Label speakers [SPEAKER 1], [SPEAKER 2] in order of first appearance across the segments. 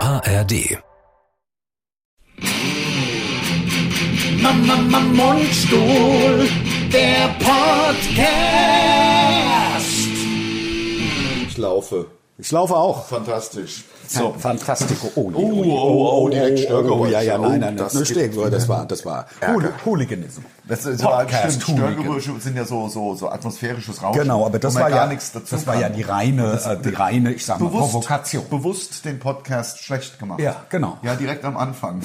[SPEAKER 1] ARD.
[SPEAKER 2] Mama, Mama, Mundstuhl, der Podcast.
[SPEAKER 3] Ich laufe.
[SPEAKER 4] Ich laufe auch.
[SPEAKER 3] Fantastisch.
[SPEAKER 4] So. Fantastico. Oh, nee,
[SPEAKER 3] oh, oh, direkt Störgeräusche.
[SPEAKER 4] ja, ja,
[SPEAKER 3] Oh,
[SPEAKER 4] nein, nein, nein.
[SPEAKER 3] das
[SPEAKER 4] Nur
[SPEAKER 3] gibt-
[SPEAKER 4] Störgeräusche, das war, das war Hooli- Hooliganism.
[SPEAKER 3] Das ist
[SPEAKER 4] Podcast
[SPEAKER 3] Podcast
[SPEAKER 4] Hooligan.
[SPEAKER 3] Störgeräusche sind ja so, so, so atmosphärisches Rauschen.
[SPEAKER 4] Genau, aber das
[SPEAKER 3] wo man
[SPEAKER 4] war ja,
[SPEAKER 3] gar nichts dazu
[SPEAKER 4] das war
[SPEAKER 3] kann.
[SPEAKER 4] ja die reine, äh, die reine, ich sag mal,
[SPEAKER 3] bewusst,
[SPEAKER 4] Provokation.
[SPEAKER 3] Bewusst den Podcast schlecht gemacht.
[SPEAKER 4] Ja, genau.
[SPEAKER 3] Ja, direkt am Anfang.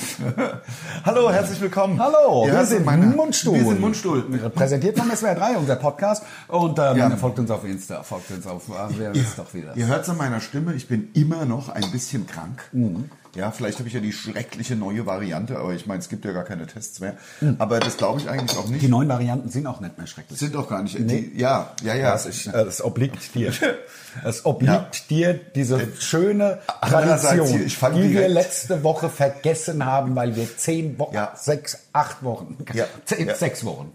[SPEAKER 3] Hallo, herzlich willkommen.
[SPEAKER 4] Hallo,
[SPEAKER 3] Ihr
[SPEAKER 4] wir
[SPEAKER 3] hört
[SPEAKER 4] sind
[SPEAKER 3] meine-
[SPEAKER 4] Mundstuhl.
[SPEAKER 3] Wir sind Mundstuhl.
[SPEAKER 4] Präsentiert von SWR 3, unser Podcast. Und ähm,
[SPEAKER 3] Ja.
[SPEAKER 4] folgt uns auf Insta, folgt uns auf, äh, wer ist doch wieder.
[SPEAKER 3] Ihr hört es an meiner Stimme, ich bin immer noch ein bisschen krank.
[SPEAKER 4] Mhm.
[SPEAKER 3] Ja, vielleicht habe ich ja die schreckliche neue Variante, aber ich meine, es gibt ja gar keine Tests mehr. Aber das glaube ich eigentlich auch nicht.
[SPEAKER 4] Mhm. Die neuen Varianten sind auch nicht mehr schrecklich.
[SPEAKER 3] sind auch gar nicht. Die, ja, ja, ja.
[SPEAKER 4] Das, ist, äh, das obliegt dir. Es obliegt dir diese schöne
[SPEAKER 3] Äh, Andererseits
[SPEAKER 4] Tradition,
[SPEAKER 3] hier, ich fang
[SPEAKER 4] die wir
[SPEAKER 3] direkt-
[SPEAKER 4] letzte Woche vergessen haben, weil wir zehn Wochen,
[SPEAKER 3] Ja.
[SPEAKER 4] sechs, acht Wochen,
[SPEAKER 3] Ja.
[SPEAKER 4] zehn,
[SPEAKER 3] Ja.
[SPEAKER 4] sechs Wochen.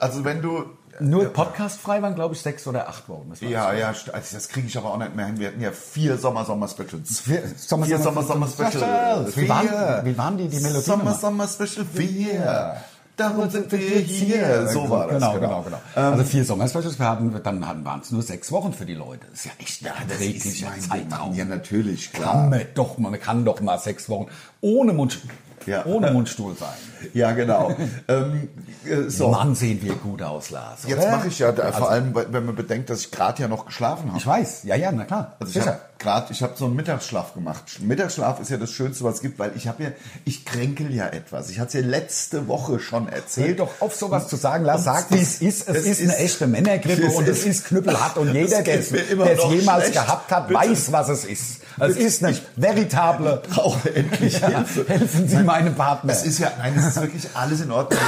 [SPEAKER 3] Also wenn du
[SPEAKER 4] Nur podcastfrei waren, glaube ich, sechs oder acht Wochen. Das war
[SPEAKER 3] Ja,
[SPEAKER 4] das.
[SPEAKER 3] ja, st- also das kriege ich aber auch nicht mehr hin. Wir hatten ja vier Sommer-Sommer-Specials.
[SPEAKER 4] Vier Sommer-
[SPEAKER 3] vier
[SPEAKER 4] Sommer-
[SPEAKER 3] Sommer-Sommer-Specials.
[SPEAKER 4] Specials. Wie waren- wie waren die, die Melodie nochmal?
[SPEAKER 3] Sommer-Sommer-Special 4. Darum sind wir hier. So war das. Ähm,
[SPEAKER 4] Genau, genau, genau. Also vier Sommerspecials, wir hatten, dann hatten, waren es nur sechs Wochen für die Leute. Das ist ja echt ein
[SPEAKER 3] Das ist
[SPEAKER 4] erträglicher
[SPEAKER 3] mein Zeitraum.
[SPEAKER 4] Zeitraum.
[SPEAKER 3] Ja, natürlich,
[SPEAKER 4] Kann
[SPEAKER 3] klar.
[SPEAKER 4] man doch, man kann doch mal sechs Wochen ohne, Mund,
[SPEAKER 3] Ja.
[SPEAKER 4] ohne Mundstuhl sein.
[SPEAKER 3] Ja, genau. ähm, äh, so.
[SPEAKER 4] Mann, sehen wir gut aus, Lars.
[SPEAKER 3] Jetzt
[SPEAKER 4] oder?
[SPEAKER 3] mache ich ja, da, vor allem, weil- wenn man bedenkt, dass ich gerade ja noch geschlafen habe.
[SPEAKER 4] Also- Ich weiß, ja, ja, na klar.
[SPEAKER 3] Also ich
[SPEAKER 4] sicher.
[SPEAKER 3] habe gerade, ich habe so einen Mittagsschlaf gemacht. Mittagsschlaf ist ja das Schönste, was es gibt, weil ich habe ja, ich kränkel ja etwas. Ich hatte es ja letzte Woche schon
[SPEAKER 4] Hör
[SPEAKER 3] erzählt.
[SPEAKER 4] doch auf, sowas zu sagen. Lass
[SPEAKER 3] Und
[SPEAKER 4] sag, wie es ist. Es, ist eine echte Männergrippe
[SPEAKER 3] es
[SPEAKER 4] und es
[SPEAKER 3] ist-
[SPEAKER 4] ist knüppelhart. Und jeder,
[SPEAKER 3] Es
[SPEAKER 4] der
[SPEAKER 3] geht
[SPEAKER 4] es
[SPEAKER 3] mir immer
[SPEAKER 4] der es
[SPEAKER 3] noch
[SPEAKER 4] jemals
[SPEAKER 3] schlecht.
[SPEAKER 4] gehabt hat,
[SPEAKER 3] Bitte.
[SPEAKER 4] weiß, was es ist. Es
[SPEAKER 3] Bitte.
[SPEAKER 4] ist eine veritable...
[SPEAKER 3] Ich brauche endlich
[SPEAKER 4] Ja,
[SPEAKER 3] Hilfe.
[SPEAKER 4] helfen Sie meinem Partner.
[SPEAKER 3] Es ist ja, nein, es ist wirklich alles in Ordnung.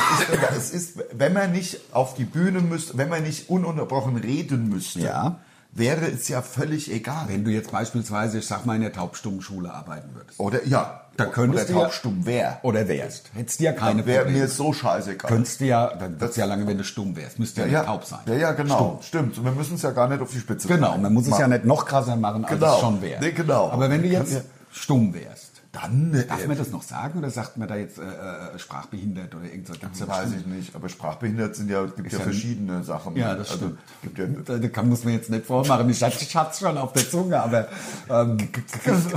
[SPEAKER 3] Es ist, es ist wenn man nicht auf die Bühne müsste, wenn man nicht ununterbrochen reden müsste,
[SPEAKER 4] Ja.
[SPEAKER 3] wäre es ja völlig egal.
[SPEAKER 4] Wenn du jetzt beispielsweise, ich sag mal, in der Taubstummenschule arbeiten würdest.
[SPEAKER 3] Oder ja,
[SPEAKER 4] Da könntest
[SPEAKER 3] oder
[SPEAKER 4] du ja-
[SPEAKER 3] taubstumm wäre.
[SPEAKER 4] Oder wärst. Hättest du ja keine
[SPEAKER 3] Wäre mir
[SPEAKER 4] Probleme.
[SPEAKER 3] so scheißegal.
[SPEAKER 4] Könntest du ja, dann wird's ja lange, wenn du stumm wärst. Müsste ja, nicht taub sein.
[SPEAKER 3] Ja, ja, genau. Stimmt. Und wir müssen es ja gar nicht auf die Spitze
[SPEAKER 4] Stumm. Genau,
[SPEAKER 3] treiben.
[SPEAKER 4] man muss es
[SPEAKER 3] Mal-
[SPEAKER 4] ja nicht noch krasser machen, als
[SPEAKER 3] Genau.
[SPEAKER 4] es schon wäre.
[SPEAKER 3] Nee, genau.
[SPEAKER 4] Aber wenn du
[SPEAKER 3] Man kann
[SPEAKER 4] jetzt
[SPEAKER 3] ja-
[SPEAKER 4] stumm wärst,
[SPEAKER 3] Dann, äh,
[SPEAKER 4] darf man das noch sagen oder sagt man da jetzt äh, äh, sprachbehindert oder irgend so? Gibt's da
[SPEAKER 3] weiß
[SPEAKER 4] bestimmt-
[SPEAKER 3] ich nicht, aber sprachbehindert sind ja, gibt ja,
[SPEAKER 4] ja-
[SPEAKER 3] verschiedene Sachen.
[SPEAKER 4] Ja, das
[SPEAKER 3] Also,
[SPEAKER 4] stimmt.
[SPEAKER 3] gibt ja,
[SPEAKER 4] Da- da kann, muss man jetzt nicht vormachen. Ich hatte ich hat's schon auf der Zunge, aber ähm,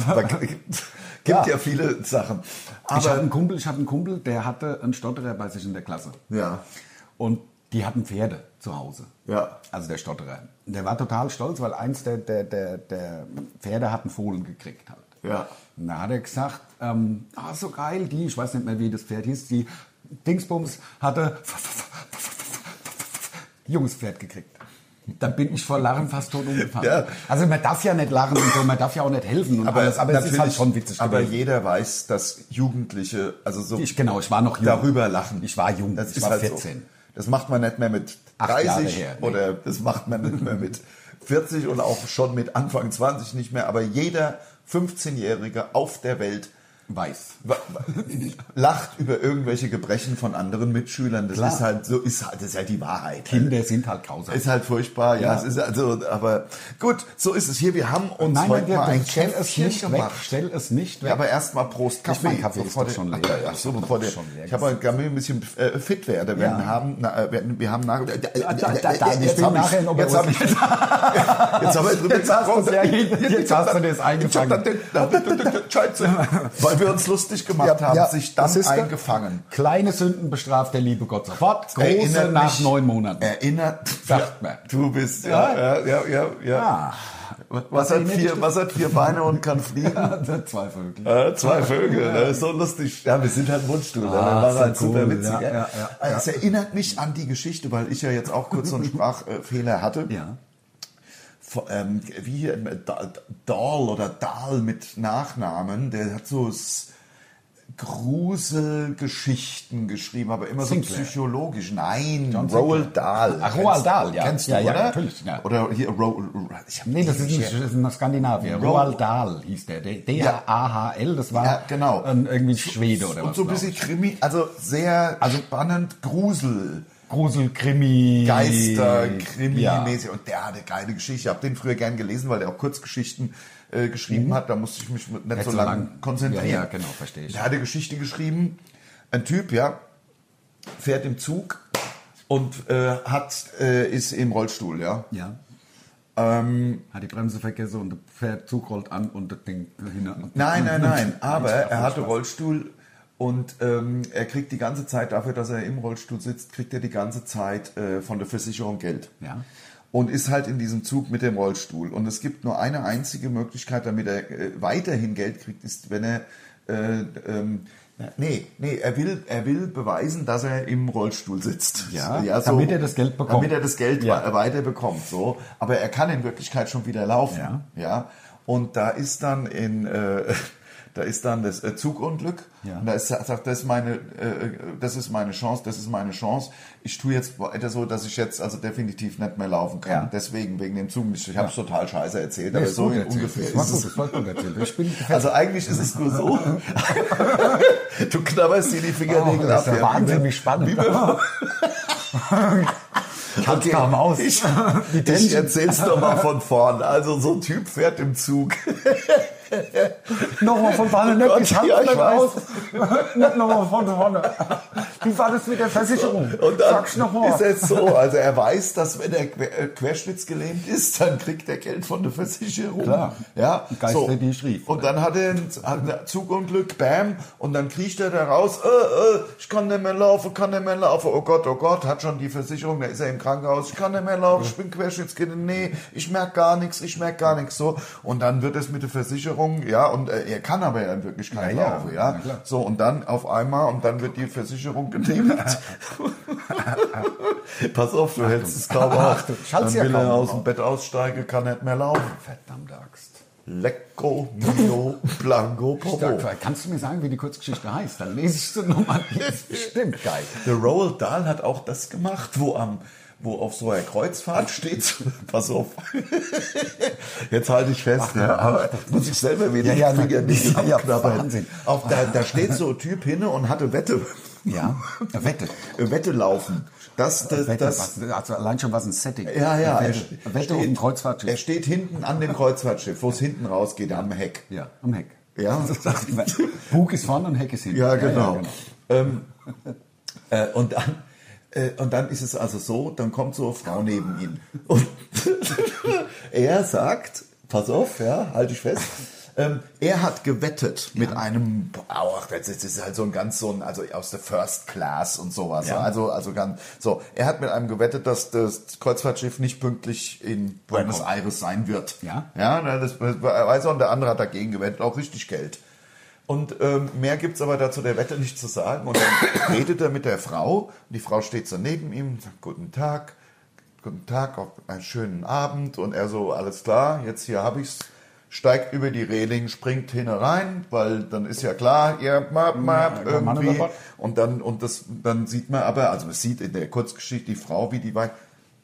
[SPEAKER 3] da gibt
[SPEAKER 4] Ja.
[SPEAKER 3] ja. viele Sachen.
[SPEAKER 4] ich habe
[SPEAKER 3] Aber
[SPEAKER 4] einen Kumpel, ich habe einen Kumpel, der hatte einen Stotterer bei sich in der Klasse.
[SPEAKER 3] ja,
[SPEAKER 4] Und die hatten Pferde zu Hause.
[SPEAKER 3] Ja.
[SPEAKER 4] Also der Stotterer. Der war total stolz, weil eins der, der, der, der Pferde hatten Fohlen gekriegt halt.
[SPEAKER 3] Ja.
[SPEAKER 4] Und da hat er gesagt, ähm, ah, so geil, die, ich weiß nicht mehr, wie das Pferd hieß, die Dingsbums hatte junges Pferd gekriegt. Da bin ich vor Lachen fast tot umgefallen.
[SPEAKER 3] Ja.
[SPEAKER 4] Also man darf ja nicht lachen und so, man darf ja auch nicht helfen. Und
[SPEAKER 3] aber,
[SPEAKER 4] alles, aber es ist
[SPEAKER 3] natürlich-
[SPEAKER 4] halt schon witzig
[SPEAKER 3] Aber
[SPEAKER 4] gewesen.
[SPEAKER 3] jeder weiß, dass Jugendliche, also so
[SPEAKER 4] Ich, genau, ich war noch jung.
[SPEAKER 3] darüber lachen.
[SPEAKER 4] Ich war jung,
[SPEAKER 3] Das
[SPEAKER 4] ich
[SPEAKER 3] ist
[SPEAKER 4] war
[SPEAKER 3] halt
[SPEAKER 4] 14.
[SPEAKER 3] So. Das macht man nicht mehr mit
[SPEAKER 4] Acht Jahre
[SPEAKER 3] 30
[SPEAKER 4] her, nee.
[SPEAKER 3] oder das macht man nicht mehr mit 40 und auch schon mit Anfang 20 nicht mehr. Aber jeder 15-Jährige auf der Welt
[SPEAKER 4] Weiß.
[SPEAKER 3] wa- wa- lacht über irgendwelche Gebrechen von anderen Mitschülern. Das
[SPEAKER 4] Klar.
[SPEAKER 3] ist halt so, ist halt, das ist halt die Wahrheit.
[SPEAKER 4] Kinder sind halt grausam.
[SPEAKER 3] Ist halt furchtbar, ja,
[SPEAKER 4] Ja.
[SPEAKER 3] es ist also, aber gut, so ist es hier. Wir haben uns
[SPEAKER 4] Nein,
[SPEAKER 3] heute
[SPEAKER 4] nein, wir,
[SPEAKER 3] mal ein
[SPEAKER 4] stell es
[SPEAKER 3] Käffchen
[SPEAKER 4] nicht
[SPEAKER 3] gemacht.
[SPEAKER 4] weg. Stell es nicht weg.
[SPEAKER 3] Ja, aber erstmal Prost
[SPEAKER 4] Ich
[SPEAKER 3] Kaffee.
[SPEAKER 4] mein Kaffee ist doch schon
[SPEAKER 3] der-
[SPEAKER 4] leer.
[SPEAKER 3] Ach, ach so,
[SPEAKER 4] Ich hab
[SPEAKER 3] bevor
[SPEAKER 4] doch
[SPEAKER 3] der,
[SPEAKER 4] schon leer
[SPEAKER 3] ich habe heute Kaffee ein bisschen äh, fit werde. Wir
[SPEAKER 4] Ja.
[SPEAKER 3] haben, na, äh, wir, wir haben nach,
[SPEAKER 4] da, da, da, ich
[SPEAKER 3] jetzt
[SPEAKER 4] bin
[SPEAKER 3] habe
[SPEAKER 4] nachher in
[SPEAKER 3] ich, jetzt habe ich, jetzt habe ich drüber
[SPEAKER 4] Jetzt hast du's ja- jetzt hast du das eingefangen.
[SPEAKER 3] eingefangen. Scheiße. Weil wir uns lustig gemacht haben, sich dann eingefangen.
[SPEAKER 4] Kleine Sünden bestraft der liebe Gott sofort. Große
[SPEAKER 3] Erinnert
[SPEAKER 4] nach
[SPEAKER 3] mich- Äh,
[SPEAKER 4] neun Monaten.
[SPEAKER 3] Erinnert,
[SPEAKER 4] Sagt man.
[SPEAKER 3] Du bist, ja, ja, ja, ja. ja.
[SPEAKER 4] Ah,
[SPEAKER 3] Was, hat vier, was hat vier Beine und kann fliegen?
[SPEAKER 4] zwei Vögel.
[SPEAKER 3] Ja, Äh, zwei Vögel, das ist so lustig. Ja, wir sind halt Mundstuhl, ah,
[SPEAKER 4] Ah,
[SPEAKER 3] das war
[SPEAKER 4] so
[SPEAKER 3] halt super
[SPEAKER 4] cool,
[SPEAKER 3] witzig.
[SPEAKER 4] ja,
[SPEAKER 3] Ja,
[SPEAKER 4] ja, ja.
[SPEAKER 3] Also, Es erinnert mich an die Geschichte, weil ich ja jetzt auch kurz so einen Sprachfehler hatte.
[SPEAKER 4] Ja.
[SPEAKER 3] Vor- Ähm, wie hier, ähm, Da- Dahl oder Dahl mit Nachnamen, der hat so s- Gruselgeschichten geschrieben, aber immer so
[SPEAKER 4] Sinclair.
[SPEAKER 3] psychologisch. Nein,
[SPEAKER 4] Sinclair.
[SPEAKER 3] Roald Dahl.
[SPEAKER 4] Ach, Roald Dahl, ja.
[SPEAKER 3] Kennst du,
[SPEAKER 4] Ja, ja,
[SPEAKER 3] oder?
[SPEAKER 4] natürlich, ja.
[SPEAKER 3] Oder hier, Roald, ich hab
[SPEAKER 4] Nee, das ist
[SPEAKER 3] ewig
[SPEAKER 4] ein,
[SPEAKER 3] her.
[SPEAKER 4] das ist ein Skandinavier.
[SPEAKER 3] Roald-
[SPEAKER 4] Roald Dahl hieß der. D- D-A-H-L, das war
[SPEAKER 3] Ja, genau.
[SPEAKER 4] ein, irgendwie Schwede oder
[SPEAKER 3] Und
[SPEAKER 4] was.
[SPEAKER 3] so ein
[SPEAKER 4] glaub
[SPEAKER 3] bisschen
[SPEAKER 4] ich.
[SPEAKER 3] Krimi, also sehr spannend Grusel.
[SPEAKER 4] Gruselkrimi.
[SPEAKER 3] Geister, Krimi-mäßig. Und der hatte geile Geschichte. Ich habe den früher gern gelesen, weil der auch Kurzgeschichten äh, geschrieben hat. Da musste ich mich mit- nicht so
[SPEAKER 4] Mhm. so
[SPEAKER 3] lange
[SPEAKER 4] lang.
[SPEAKER 3] konzentrieren.
[SPEAKER 4] Ja, ja, genau, verstehe ich.
[SPEAKER 3] Der hatte Geschichte geschrieben. Ein Typ, ja, fährt im Zug und äh, hat, äh, ist im Rollstuhl, ja. Ähm,
[SPEAKER 4] Ja. hat die Bremse vergessen und der Zug rollt an und das Ding hin.
[SPEAKER 3] Nein, nein, nein. Aber er hatte Rollstuhl und ähm, er kriegt die ganze Zeit dafür, dass er im Rollstuhl sitzt, kriegt er die ganze Zeit äh, von der Versicherung Geld.
[SPEAKER 4] Ja.
[SPEAKER 3] Und ist halt in diesem Zug mit dem Rollstuhl. Und es gibt nur eine einzige Möglichkeit, damit er äh, weiterhin Geld kriegt, ist, wenn er äh, ähm, Nee, nee, er will, er will beweisen, dass er im Rollstuhl sitzt.
[SPEAKER 4] Ja, damit er das Geld bekommt.
[SPEAKER 3] Damit er das Geld
[SPEAKER 4] Ja.
[SPEAKER 3] wa- weiterbekommt, so. Aber er kann in Wirklichkeit schon wieder laufen.
[SPEAKER 4] Ja.
[SPEAKER 3] Ja, und da ist dann in äh, da ist dann das äh, Zugunglück
[SPEAKER 4] Ja.
[SPEAKER 3] und da ist, sagt, das ist meine äh, das ist meine Chance, das ist meine Chance. Ich tue jetzt weiter so, dass ich jetzt also definitiv nicht mehr laufen kann.
[SPEAKER 4] Ja.
[SPEAKER 3] Deswegen wegen dem Zug nicht. Ich habe es total scheiße erzählt,
[SPEAKER 4] Nee,
[SPEAKER 3] aber
[SPEAKER 4] ist
[SPEAKER 3] so
[SPEAKER 4] gut
[SPEAKER 3] in
[SPEAKER 4] erzählt.
[SPEAKER 3] ungefähr
[SPEAKER 4] Das war
[SPEAKER 3] ist
[SPEAKER 4] gut,
[SPEAKER 3] es.
[SPEAKER 4] das war gut erzählt. Ich bin
[SPEAKER 3] Also eigentlich ist es nur so. du knabberst dir die Fingernägel
[SPEAKER 4] Oh,
[SPEAKER 3] ab.
[SPEAKER 4] das ist ja wahnsinnig spannend.
[SPEAKER 3] Wie beim-
[SPEAKER 4] Ich hab's kaum aus.
[SPEAKER 3] Ich,
[SPEAKER 4] Die
[SPEAKER 3] ich
[SPEAKER 4] Tension.
[SPEAKER 3] erzähl's doch mal von vorn. Also so ein Typ fährt im Zug.
[SPEAKER 4] Nochmal von vorne, nicht,
[SPEAKER 3] Oh Gott,
[SPEAKER 4] ich hab's
[SPEAKER 3] ja, ich
[SPEAKER 4] nicht
[SPEAKER 3] weiß.
[SPEAKER 4] aus. nicht nochmal von vorne. Wie war das mit der Versicherung?
[SPEAKER 3] Und dann
[SPEAKER 4] Sag's nochmal.
[SPEAKER 3] ist es so, also er weiß, dass wenn er que- äh, querschnittsgelähmt ist, dann kriegt er Geld von der Versicherung.
[SPEAKER 4] Klar.
[SPEAKER 3] Ja,
[SPEAKER 4] Die Geister, die ich rief.
[SPEAKER 3] Und dann hat er ein, hat ein Zugunglück, bam, und dann kriecht er da raus, äh, äh, ich kann nicht mehr laufen, kann nicht mehr laufen, oh Gott, oh Gott, hat schon die Versicherung, da ist er im Krankenhaus, ich kann nicht mehr laufen, ich bin querschnittsgelähmt, nee, ich merke gar nichts, ich merke gar nichts, so. Und dann wird es mit der Versicherung, ja, und äh, er kann aber ja in Wirklichkeit
[SPEAKER 4] Ja, ja,
[SPEAKER 3] laufen,
[SPEAKER 4] na
[SPEAKER 3] ja.
[SPEAKER 4] klar.
[SPEAKER 3] So, und dann auf einmal, und dann wird die Versicherung genehmigt. Pass auf, du hältst es kaum auf.
[SPEAKER 4] Achtung, ich
[SPEAKER 3] Dann
[SPEAKER 4] halt's ja
[SPEAKER 3] will er
[SPEAKER 4] kaum
[SPEAKER 3] aus
[SPEAKER 4] auf.
[SPEAKER 3] dem Bett aussteigen, kann nicht mehr laufen.
[SPEAKER 4] Verdammte Axt.
[SPEAKER 3] Lecco, mio, blanco, popo.
[SPEAKER 4] Stark. Oh, Kannst du mir sagen, wie die Kurzgeschichte heißt? Dann lese ich sie nochmal. Die ist bestimmt geil.
[SPEAKER 3] Der Roald Dahl hat auch das gemacht, wo am wo auf so einer Kreuzfahrt steht. Pass auf. Jetzt halte ich fest, ja, aber muss ich selber wieder
[SPEAKER 4] Ja, ja,
[SPEAKER 3] die Fingernägel
[SPEAKER 4] ja, ja,
[SPEAKER 3] abknabbern.
[SPEAKER 4] Wahnsinn.
[SPEAKER 3] Auf, da, da steht so ein Typ hinne und hatte Wette.
[SPEAKER 4] Ja, Wette.
[SPEAKER 3] Wette laufen. Das, das,
[SPEAKER 4] Wette,
[SPEAKER 3] das,
[SPEAKER 4] was, also allein schon was ein Setting.
[SPEAKER 3] Ja, ja.
[SPEAKER 4] Wette,
[SPEAKER 3] er
[SPEAKER 4] Wette
[SPEAKER 3] steht-
[SPEAKER 4] und ein Kreuzfahrtschiff.
[SPEAKER 3] Er steht hinten an dem Kreuzfahrtschiff, wo es hinten rausgeht, am Heck.
[SPEAKER 4] Ja, am Heck.
[SPEAKER 3] Ja.
[SPEAKER 4] Das sagt man. Bug ist vorne und Heck ist hinten.
[SPEAKER 3] Ja, genau. Ähm, äh, und, dann, äh, und dann ist es also so, dann kommt so eine Frau neben ihn. Und er sagt, pass auf, ja, halte ich fest. Ähm, er hat gewettet mit einem, auch das ist das ist halt so ein ganz so ein, also aus der First Class und sowas.
[SPEAKER 4] Ja.
[SPEAKER 3] Also, also ganz, so. Er hat mit einem gewettet, dass das Kreuzfahrtschiff nicht pünktlich in Buenos Aires sein wird.
[SPEAKER 4] Ja.
[SPEAKER 3] Ja, na, das das weiß er und der andere hat dagegen gewettet, auch richtig Geld. Und ähm, mehr gibt's aber dazu der Wette nicht zu sagen. Und dann redet er mit der Frau. Und die Frau steht so neben ihm und sagt, guten Tag, guten Tag, auf einen schönen Abend. Und er so, alles klar, jetzt hier hab ich's. Steigt über die Reling, springt hinein, weil dann ist ja klar, ihr map, map,
[SPEAKER 4] Ja, Mann
[SPEAKER 3] irgendwie.
[SPEAKER 4] oder Bot.
[SPEAKER 3] Und dann, und das, dann sieht man aber, also man sieht in der Kurzgeschichte die Frau, wie die weint.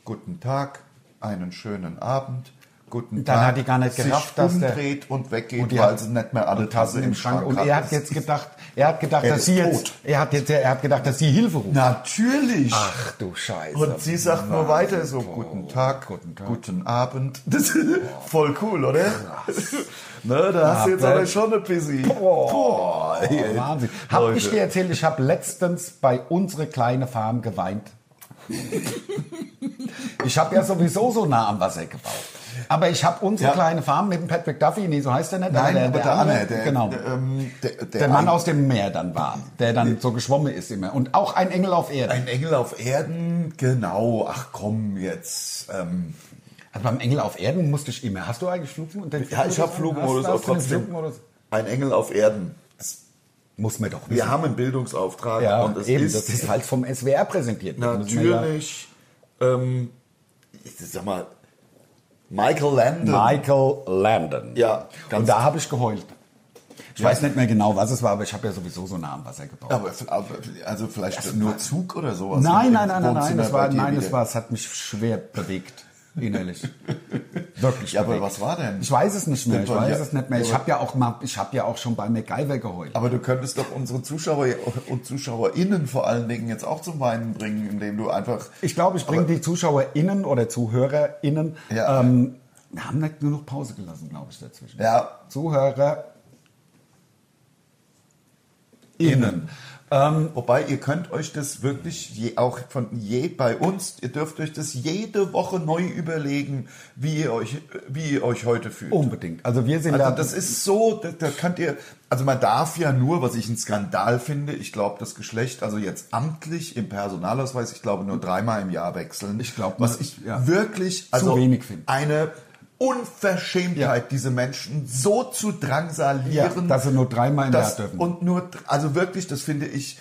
[SPEAKER 3] Guten Tag, einen schönen Abend. Guten
[SPEAKER 4] Dann
[SPEAKER 3] Tag.
[SPEAKER 4] hat die gar nicht
[SPEAKER 3] sich
[SPEAKER 4] gerafft, dass der-
[SPEAKER 3] umdreht und weggeht,
[SPEAKER 4] Und die
[SPEAKER 3] weil
[SPEAKER 4] hat-
[SPEAKER 3] sie nicht mehr alle Tasse im Schrank
[SPEAKER 4] Und
[SPEAKER 3] hat.
[SPEAKER 4] er hat jetzt gedacht, er hat gedacht,
[SPEAKER 3] Er
[SPEAKER 4] dass
[SPEAKER 3] ist
[SPEAKER 4] sie
[SPEAKER 3] tot.
[SPEAKER 4] jetzt, er hat jetzt, er hat gedacht, dass sie Hilfe ruft.
[SPEAKER 3] Natürlich.
[SPEAKER 4] Ach du Scheiße.
[SPEAKER 3] und sie sagt nur weiter so,
[SPEAKER 4] Oh,
[SPEAKER 3] guten Tag, guten, Abend. Das ist voll cool, oder? ne, da hast du jetzt
[SPEAKER 4] Abend.
[SPEAKER 3] aber schon eine Pissi. Boah. ey.
[SPEAKER 4] Oh, Wahnsinn. Hab ich
[SPEAKER 3] Leute.
[SPEAKER 4] dir erzählt, ich habe letztens bei unsere kleine Farm geweint. ich habe ja sowieso so nah am Wasser gebaut. Aber ich habe unsere
[SPEAKER 3] Ja.
[SPEAKER 4] kleine Farm mit dem Patrick Duffy, nee, so heißt er nicht.
[SPEAKER 3] Nein,
[SPEAKER 4] aber
[SPEAKER 3] aber der andere,
[SPEAKER 4] andere,
[SPEAKER 3] der,
[SPEAKER 4] genau.
[SPEAKER 3] der, ähm, der, der,
[SPEAKER 4] der Mann aus dem Meer dann war, der dann so geschwommen ist immer. Und auch ein Engel auf Erden.
[SPEAKER 3] Ein Engel auf Erden, genau. Ach komm, jetzt. Ähm,
[SPEAKER 4] Also beim Engel auf Erden musste ich immer. Hast du eigentlich Flugmodus?
[SPEAKER 3] ja, ich habe Flugmodus,
[SPEAKER 4] Hast- hast
[SPEAKER 3] aber
[SPEAKER 4] du den
[SPEAKER 3] trotzdem.
[SPEAKER 4] Flugmodus?
[SPEAKER 3] Ein Engel auf Erden.
[SPEAKER 4] Muss man doch wissen.
[SPEAKER 3] Wir haben einen Bildungsauftrag
[SPEAKER 4] ja,
[SPEAKER 3] und es
[SPEAKER 4] eben,
[SPEAKER 3] ist
[SPEAKER 4] das ist halt vom SWR präsentiert. Das müssen wir ja-
[SPEAKER 3] Natürlich. Ähm, ich sag mal, Michael Landon.
[SPEAKER 4] Michael Landon.
[SPEAKER 3] Ja, ganz-
[SPEAKER 4] Und da habe ich geheult. Ich weiß nicht mehr genau, was es war, aber ich habe ja sowieso so nah am Wasser gebaut.
[SPEAKER 3] Aber, aber also vielleicht nur Zug oder sowas.
[SPEAKER 4] nein,
[SPEAKER 3] Im
[SPEAKER 4] nein, nein, nein, nein,
[SPEAKER 3] Wohnzimmer
[SPEAKER 4] das
[SPEAKER 3] bei
[SPEAKER 4] war,
[SPEAKER 3] dir
[SPEAKER 4] nein,
[SPEAKER 3] wieder.
[SPEAKER 4] das war, es hat mich schwer bewegt. innerlich. Wirklich.
[SPEAKER 3] Ja, aber
[SPEAKER 4] bewegt.
[SPEAKER 3] was war denn?
[SPEAKER 4] Ich weiß es nicht mehr. Ich
[SPEAKER 3] Stimmt, weil
[SPEAKER 4] weiß
[SPEAKER 3] ja-
[SPEAKER 4] es nicht mehr. Ich
[SPEAKER 3] aber-
[SPEAKER 4] habe ja auch mal, ich habe ja auch schon bei MacGyver geheult.
[SPEAKER 3] Aber du könntest doch unsere Zuschauer und ZuschauerInnen vor allen Dingen jetzt auch zum Weinen bringen, indem du einfach.
[SPEAKER 4] Ich glaube, ich bringe die ZuschauerInnen oder ZuhörerInnen.
[SPEAKER 3] Ja.
[SPEAKER 4] Ähm, wir haben nicht genug Pause gelassen, glaube ich, dazwischen.
[SPEAKER 3] Ja,
[SPEAKER 4] ZuhörerInnen. Ähm,
[SPEAKER 3] Wobei ihr könnt euch das wirklich je, auch von je bei uns, ihr dürft euch das jede Woche neu überlegen, wie ihr euch, wie ihr euch heute fühlt.
[SPEAKER 4] unbedingt. Also wir sind
[SPEAKER 3] Also
[SPEAKER 4] ja.
[SPEAKER 3] das ist so, da, da könnt ihr, also man darf ja nur, was ich einen Skandal finde, ich glaube das Geschlecht, also jetzt amtlich im Personalausweis, ich glaube nur dreimal im Jahr wechseln.
[SPEAKER 4] Ich glaub,
[SPEAKER 3] was
[SPEAKER 4] ne,
[SPEAKER 3] ich
[SPEAKER 4] ja.
[SPEAKER 3] wirklich, also
[SPEAKER 4] wenig finde.
[SPEAKER 3] eine Unverschämtheit,
[SPEAKER 4] Ja.
[SPEAKER 3] diese Menschen so zu
[SPEAKER 4] ja,
[SPEAKER 3] drangsalieren,
[SPEAKER 4] dass sie nur dreimal im
[SPEAKER 3] das,
[SPEAKER 4] Jahr dürfen.
[SPEAKER 3] und nur, also wirklich, das finde ich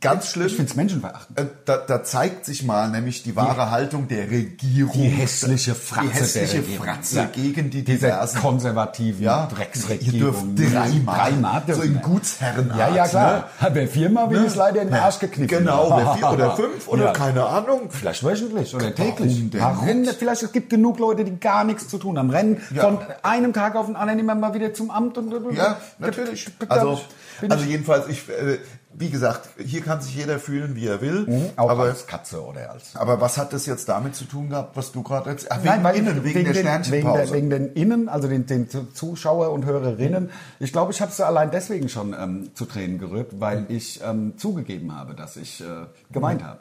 [SPEAKER 3] ganz schlimm.
[SPEAKER 4] ich finde es menschenverachtend.
[SPEAKER 3] Äh, da, da zeigt sich mal nämlich die wahre Haltung der Regierung.
[SPEAKER 4] Die hässliche Fratze,
[SPEAKER 3] Die hässliche
[SPEAKER 4] der Regierung.
[SPEAKER 3] Fratze
[SPEAKER 4] Ja.
[SPEAKER 3] gegen die
[SPEAKER 4] Diese
[SPEAKER 3] diversen.
[SPEAKER 4] konservativen
[SPEAKER 3] also Ja, ihr dürft
[SPEAKER 4] Drecksregierung.
[SPEAKER 3] dreimal,
[SPEAKER 4] dreimal
[SPEAKER 3] so
[SPEAKER 4] dürfen
[SPEAKER 3] in
[SPEAKER 4] wir.
[SPEAKER 3] Gutsherrenart.
[SPEAKER 4] Ja, ja,
[SPEAKER 3] Ne?
[SPEAKER 4] klar. Wer viermal will, ist leider in den
[SPEAKER 3] Ja.
[SPEAKER 4] Arsch geknickt.
[SPEAKER 3] Genau, wer vier oder fünf oder
[SPEAKER 4] Ja.
[SPEAKER 3] keine Ahnung.
[SPEAKER 4] Vielleicht wöchentlich oder täglich.
[SPEAKER 3] Warum denn
[SPEAKER 4] Warum?
[SPEAKER 3] nicht?
[SPEAKER 4] Vielleicht es gibt genug Leute, die gar nichts zu tun haben. Rennen
[SPEAKER 3] Ja.
[SPEAKER 4] von einem Tag auf den anderen immer mal wieder zum Amt und
[SPEAKER 3] Ja, natürlich.
[SPEAKER 4] Bin
[SPEAKER 3] Also,
[SPEAKER 4] ich-
[SPEAKER 3] also jedenfalls, ich, äh, wie gesagt, hier kann sich jeder fühlen, wie er will.
[SPEAKER 4] Mhm, auch
[SPEAKER 3] aber
[SPEAKER 4] als Katze oder als.
[SPEAKER 3] Aber was hat das jetzt damit zu tun gehabt, was du gerade erzählst? Ach, wegen
[SPEAKER 4] Nein, weil
[SPEAKER 3] innen, wegen, der
[SPEAKER 4] den, wegen, der,
[SPEAKER 3] Sternchenpause.
[SPEAKER 4] wegen den Innen, also den, den Zu- Zuschauer und Hörerinnen. Ich glaube, ich habe sie allein deswegen schon ähm, zu Tränen gerührt,
[SPEAKER 3] Mhm.
[SPEAKER 4] weil ich ähm, zugegeben habe, dass ich äh, gemeint habe.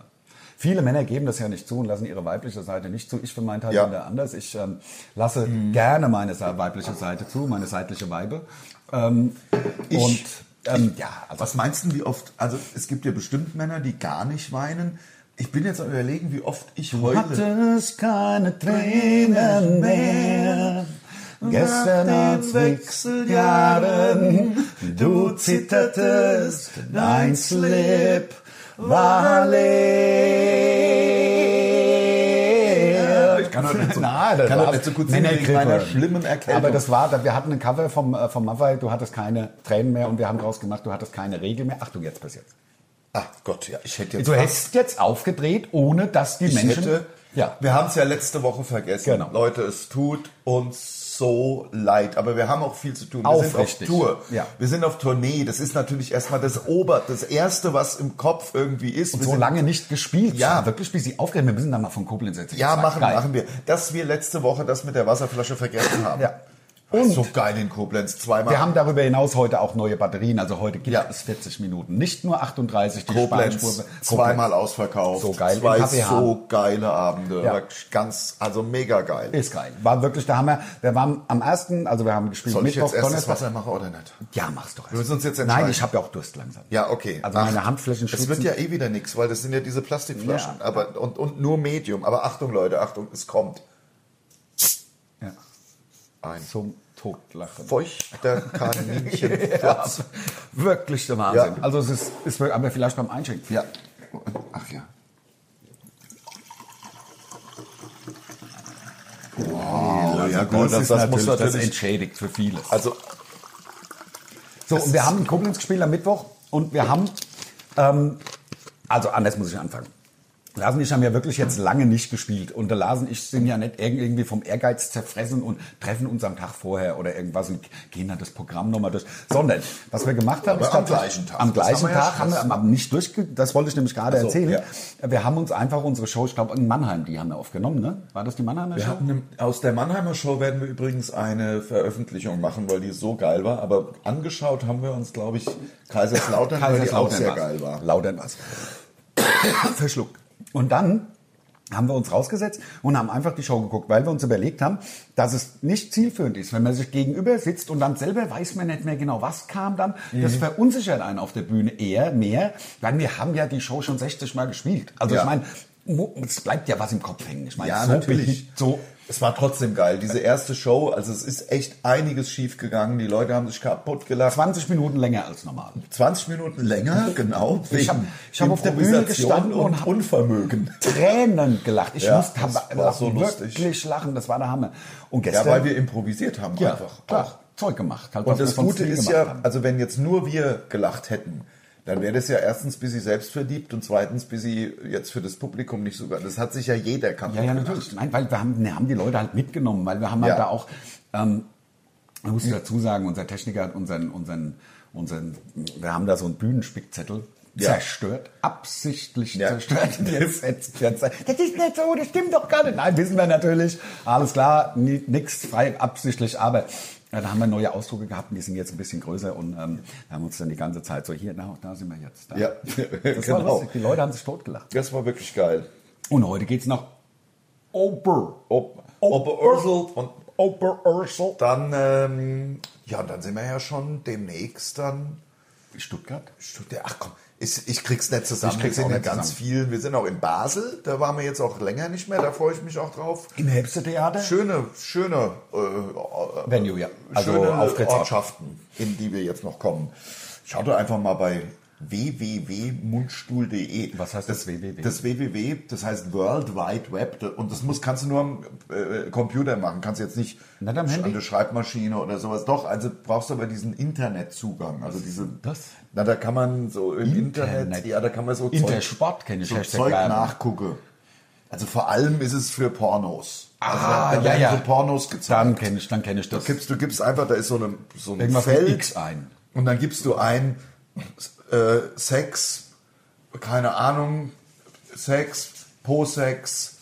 [SPEAKER 4] Viele Männer geben das ja nicht zu und lassen ihre weibliche Seite nicht zu. Ich für meinen Teil
[SPEAKER 3] Ja. Mhm.
[SPEAKER 4] bin da anders. Ich ähm, lasse gerne meine sa- weibliche Seite zu, meine seitliche Weibe. Ähm,
[SPEAKER 3] Ich-
[SPEAKER 4] und ähm, ja, also
[SPEAKER 3] Was meinst du, wie oft? Also es gibt ja bestimmt Männer, die gar nicht weinen. Ich bin jetzt am überlegen, wie oft ich heule.
[SPEAKER 4] hattest keine Tränen mehr. Gestern als Wechseljahren, du zittertest, dein Slip war leer.
[SPEAKER 3] Ich kann doch nicht so-
[SPEAKER 4] Na, das
[SPEAKER 3] kann doch
[SPEAKER 4] war-
[SPEAKER 3] nicht so gut singen wegen
[SPEAKER 4] Männergrippe.
[SPEAKER 3] meiner schlimmen Erkältung.
[SPEAKER 4] Aber das war, wir hatten ein Cover vom, äh, vom Maffei, du hattest keine Tränen mehr und wir haben draus gemacht, du hattest keine Regel mehr. Achtung, jetzt passiert.
[SPEAKER 3] Ach Gott, ja, ich hätte jetzt.
[SPEAKER 4] Du hättest jetzt aufgedreht, ohne dass die
[SPEAKER 3] ich
[SPEAKER 4] Menschen...
[SPEAKER 3] hätte,
[SPEAKER 4] ja.
[SPEAKER 3] Wir haben es ja letzte Woche vergessen.
[SPEAKER 4] Genau.
[SPEAKER 3] Leute, es tut uns so leid, aber wir haben auch viel zu tun. Wir
[SPEAKER 4] Aufrichtig.
[SPEAKER 3] sind auf Tour.
[SPEAKER 4] Ja.
[SPEAKER 3] Wir sind auf Tournee. Das ist natürlich erstmal das Ober, das Erste, was im Kopf irgendwie ist.
[SPEAKER 4] Und
[SPEAKER 3] Wir
[SPEAKER 4] so
[SPEAKER 3] sind-
[SPEAKER 4] lange nicht gespielt.
[SPEAKER 3] Ja,
[SPEAKER 4] wirklich, wie sie aufgehen. Wir müssen da mal von Koblenz erzählen.
[SPEAKER 3] Ja,
[SPEAKER 4] Das war
[SPEAKER 3] machen,
[SPEAKER 4] geil.
[SPEAKER 3] machen wir. Dass wir letzte Woche das mit der Wasserflasche vergessen haben.
[SPEAKER 4] Ja.
[SPEAKER 3] Und
[SPEAKER 4] Und-
[SPEAKER 3] so geil in Koblenz. Zweimal.
[SPEAKER 4] Wir haben darüber hinaus heute auch neue Batterien. Also heute gibt
[SPEAKER 3] Ja.
[SPEAKER 4] es 40 Minuten. Nicht nur 38. die
[SPEAKER 3] Koblenz
[SPEAKER 4] Spanspur-
[SPEAKER 3] zweimal ausverkauft.
[SPEAKER 4] So geil,
[SPEAKER 3] Zwei
[SPEAKER 4] im KPH.
[SPEAKER 3] so geile Abende.
[SPEAKER 4] Ja.
[SPEAKER 3] Wirklich Ganz, also mega geil.
[SPEAKER 4] Ist geil. War wirklich der Hammer. Wir waren am ersten, also wir haben gespielt
[SPEAKER 3] Soll ich
[SPEAKER 4] Mittwoch,
[SPEAKER 3] jetzt erst das
[SPEAKER 4] Donnerstag.
[SPEAKER 3] Wasser machen oder nicht?
[SPEAKER 4] Ja, mach's doch erst.
[SPEAKER 3] Wir müssen uns jetzt entscheiden.
[SPEAKER 4] Nein, ich habe ja auch Durst langsam.
[SPEAKER 3] Ja, okay.
[SPEAKER 4] Also meine Handflächen
[SPEAKER 3] Es
[SPEAKER 4] schwitzen.
[SPEAKER 3] wird ja eh wieder nichts, weil das sind ja diese Plastikflaschen.
[SPEAKER 4] Ja.
[SPEAKER 3] Aber, und, und nur Medium. Aber Achtung, Leute, Achtung, es kommt.
[SPEAKER 4] Ja.
[SPEAKER 3] Ein
[SPEAKER 4] Zum Totlachen.
[SPEAKER 3] feuchter Kaninchen.
[SPEAKER 4] Ja, wirklich der Wahnsinn.
[SPEAKER 3] Ja.
[SPEAKER 4] Also es ist, ist wirklich, aber vielleicht beim Einschenken.
[SPEAKER 3] ja. Ach ja. Oh, ja gut, das,
[SPEAKER 4] ist
[SPEAKER 3] das muss
[SPEAKER 4] das
[SPEAKER 3] natürlich...
[SPEAKER 4] entschädigt für vieles.
[SPEAKER 3] also
[SPEAKER 4] So, und wir haben in Koblenz gespielt am Mittwoch und wir haben, ähm, also anders muss ich anfangen. Lars und ich haben ja wirklich jetzt lange nicht gespielt und der Lars und ich sind ja nicht irg- irgendwie vom Ehrgeiz zerfressen und treffen uns am Tag vorher oder irgendwas und gehen dann das Programm nochmal durch, sondern was wir gemacht haben,
[SPEAKER 3] Aber am
[SPEAKER 4] tatsächlich-
[SPEAKER 3] gleichen Tag.
[SPEAKER 4] Am
[SPEAKER 3] Das
[SPEAKER 4] gleichen
[SPEAKER 3] haben wir ja
[SPEAKER 4] Tag haben wir aber nicht durchge... Das wollte ich nämlich gerade
[SPEAKER 3] so,
[SPEAKER 4] erzählen. Wir haben uns einfach unsere Show, ich glaube in Mannheim, die haben wir aufgenommen, ne? War das die Mannheimer
[SPEAKER 3] Wir
[SPEAKER 4] Show?
[SPEAKER 3] hatten im, aus der Mannheimer Show werden wir übrigens eine Veröffentlichung machen, weil die so geil war. Aber angeschaut haben wir uns, glaube ich, Kaiserslautern, weil die auch
[SPEAKER 4] Kaiserslautern
[SPEAKER 3] sehr
[SPEAKER 4] war's.
[SPEAKER 3] geil war.
[SPEAKER 4] Lautern war's. Verschluckt. Und dann haben wir uns rausgesetzt und haben einfach die Show geguckt, weil wir uns überlegt haben, dass es nicht zielführend ist, wenn man sich gegenüber sitzt und dann selber weiß man nicht mehr genau, was kam dann.
[SPEAKER 3] Mhm.
[SPEAKER 4] Das verunsichert einen auf der Bühne eher mehr, weil wir haben ja die Show schon 60 Mal gespielt. Also
[SPEAKER 3] Ja.
[SPEAKER 4] ich meine, wo- es bleibt ja was im Kopf hängen. Ich meine,
[SPEAKER 3] Ja,
[SPEAKER 4] so
[SPEAKER 3] natürlich.
[SPEAKER 4] behi- so
[SPEAKER 3] Es war trotzdem geil. Diese erste Show, also es ist echt einiges schief gegangen. Die Leute haben sich kaputt gelacht.
[SPEAKER 4] 20 Minuten länger als normal.
[SPEAKER 3] 20 Minuten länger, genau.
[SPEAKER 4] Ich hab-
[SPEAKER 3] wegen
[SPEAKER 4] ich hab auf der Bühne
[SPEAKER 3] Improvisation
[SPEAKER 4] gestanden und
[SPEAKER 3] und
[SPEAKER 4] hab-
[SPEAKER 3] Unvermögen.
[SPEAKER 4] Tränen gelacht. Ich
[SPEAKER 3] Ja,
[SPEAKER 4] musste
[SPEAKER 3] das
[SPEAKER 4] hab-
[SPEAKER 3] war so lustig.
[SPEAKER 4] wirklich lachen. Das war der Hammer. Und
[SPEAKER 3] Ja,
[SPEAKER 4] gestern
[SPEAKER 3] weil wir improvisiert haben einfach.
[SPEAKER 4] klar, Zeug gemacht. Halt, was
[SPEAKER 3] Und
[SPEAKER 4] wir
[SPEAKER 3] das
[SPEAKER 4] sonst
[SPEAKER 3] Gute
[SPEAKER 4] nie
[SPEAKER 3] ist
[SPEAKER 4] gemacht
[SPEAKER 3] ja,
[SPEAKER 4] haben.
[SPEAKER 3] also wenn jetzt nur wir gelacht hätten, Dann wäre das ja erstens bis sie selbst verliebt und zweitens bis sie jetzt für das Publikum nicht sogar. Das hat sich ja jeder kaputt
[SPEAKER 4] Ja, ja,
[SPEAKER 3] gemacht.
[SPEAKER 4] natürlich. Nein, weil wir haben, ne, haben die Leute halt mitgenommen, weil wir haben halt
[SPEAKER 3] Ja.
[SPEAKER 4] da auch, ähm, man muss dazu sagen, unser Techniker hat unseren, unseren, unseren, wir haben da so einen Bühnenspickzettel
[SPEAKER 3] Ja.
[SPEAKER 4] zerstört, absichtlich
[SPEAKER 3] Ja.
[SPEAKER 4] zerstört. Jetzt, jetzt, jetzt, das ist nicht so, das stimmt doch gar nicht. Nein, wissen wir natürlich. Alles klar, ni- nix frei, absichtlich, aber ja, da haben wir neue Ausdrucke gehabt und die sind jetzt ein bisschen größer und ähm, da haben uns dann die ganze Zeit so, hier, na, da sind wir jetzt. Da.
[SPEAKER 3] Ja,
[SPEAKER 4] das war
[SPEAKER 3] genau.
[SPEAKER 4] lustig. Die Leute haben sich totgelacht.
[SPEAKER 3] Das war wirklich geil.
[SPEAKER 4] Und heute geht's nach Ober.
[SPEAKER 3] Ob, ob,
[SPEAKER 4] Ober-
[SPEAKER 3] Ursel und
[SPEAKER 4] Oberursel.
[SPEAKER 3] dann, ähm, ja, und dann sind wir ja schon demnächst dann.
[SPEAKER 4] Stuttgart?
[SPEAKER 3] Stuttgart- Ach komm, ich, ich krieg's nicht zusammen.
[SPEAKER 4] Ich
[SPEAKER 3] wir
[SPEAKER 4] krieg's
[SPEAKER 3] sind
[SPEAKER 4] auch
[SPEAKER 3] in
[SPEAKER 4] nicht
[SPEAKER 3] ganz
[SPEAKER 4] zusammen.
[SPEAKER 3] vielen. Wir sind auch in Basel, da waren wir jetzt auch länger nicht mehr, da freue ich mich auch drauf.
[SPEAKER 4] Im Herbsttheater?
[SPEAKER 3] Schöne, schöne, äh, äh,
[SPEAKER 4] Venue, ja. Also
[SPEAKER 3] schöne
[SPEAKER 4] Auftrittsort.
[SPEAKER 3] Ortschaften, in die wir jetzt noch kommen. Schaut doch einfach mal bei www.mundstuhl.de.
[SPEAKER 4] Was heißt das www?
[SPEAKER 3] E. Das www, das heißt World Wide Web. Da- Und das muss, kannst du nur am äh, Computer machen. Kannst jetzt nicht
[SPEAKER 4] Nicht am Handy?
[SPEAKER 3] an der Schreibmaschine oder sowas. Doch, also brauchst du aber diesen Internetzugang. Also diese,
[SPEAKER 4] das?
[SPEAKER 3] Na, da kann man so im Internet,
[SPEAKER 4] Internet.
[SPEAKER 3] ja, da kann man so
[SPEAKER 4] Intersport kenne ich,
[SPEAKER 3] so
[SPEAKER 4] Hashtag
[SPEAKER 3] Zeug
[SPEAKER 4] Werbung.
[SPEAKER 3] nachgucken. Also vor allem ist es für Pornos. also
[SPEAKER 4] Ah, ja,
[SPEAKER 3] werden
[SPEAKER 4] ja.
[SPEAKER 3] so Pornos gezeigt.
[SPEAKER 4] Dann kenne ich, dann kenne ich das.
[SPEAKER 3] Gibst, du gibst einfach, da ist so, eine, so ein
[SPEAKER 4] Irgendwas mit
[SPEAKER 3] Feld
[SPEAKER 4] X ein.
[SPEAKER 3] und dann gibst du ein äh, Sex, keine Ahnung, Sex, Po-Sex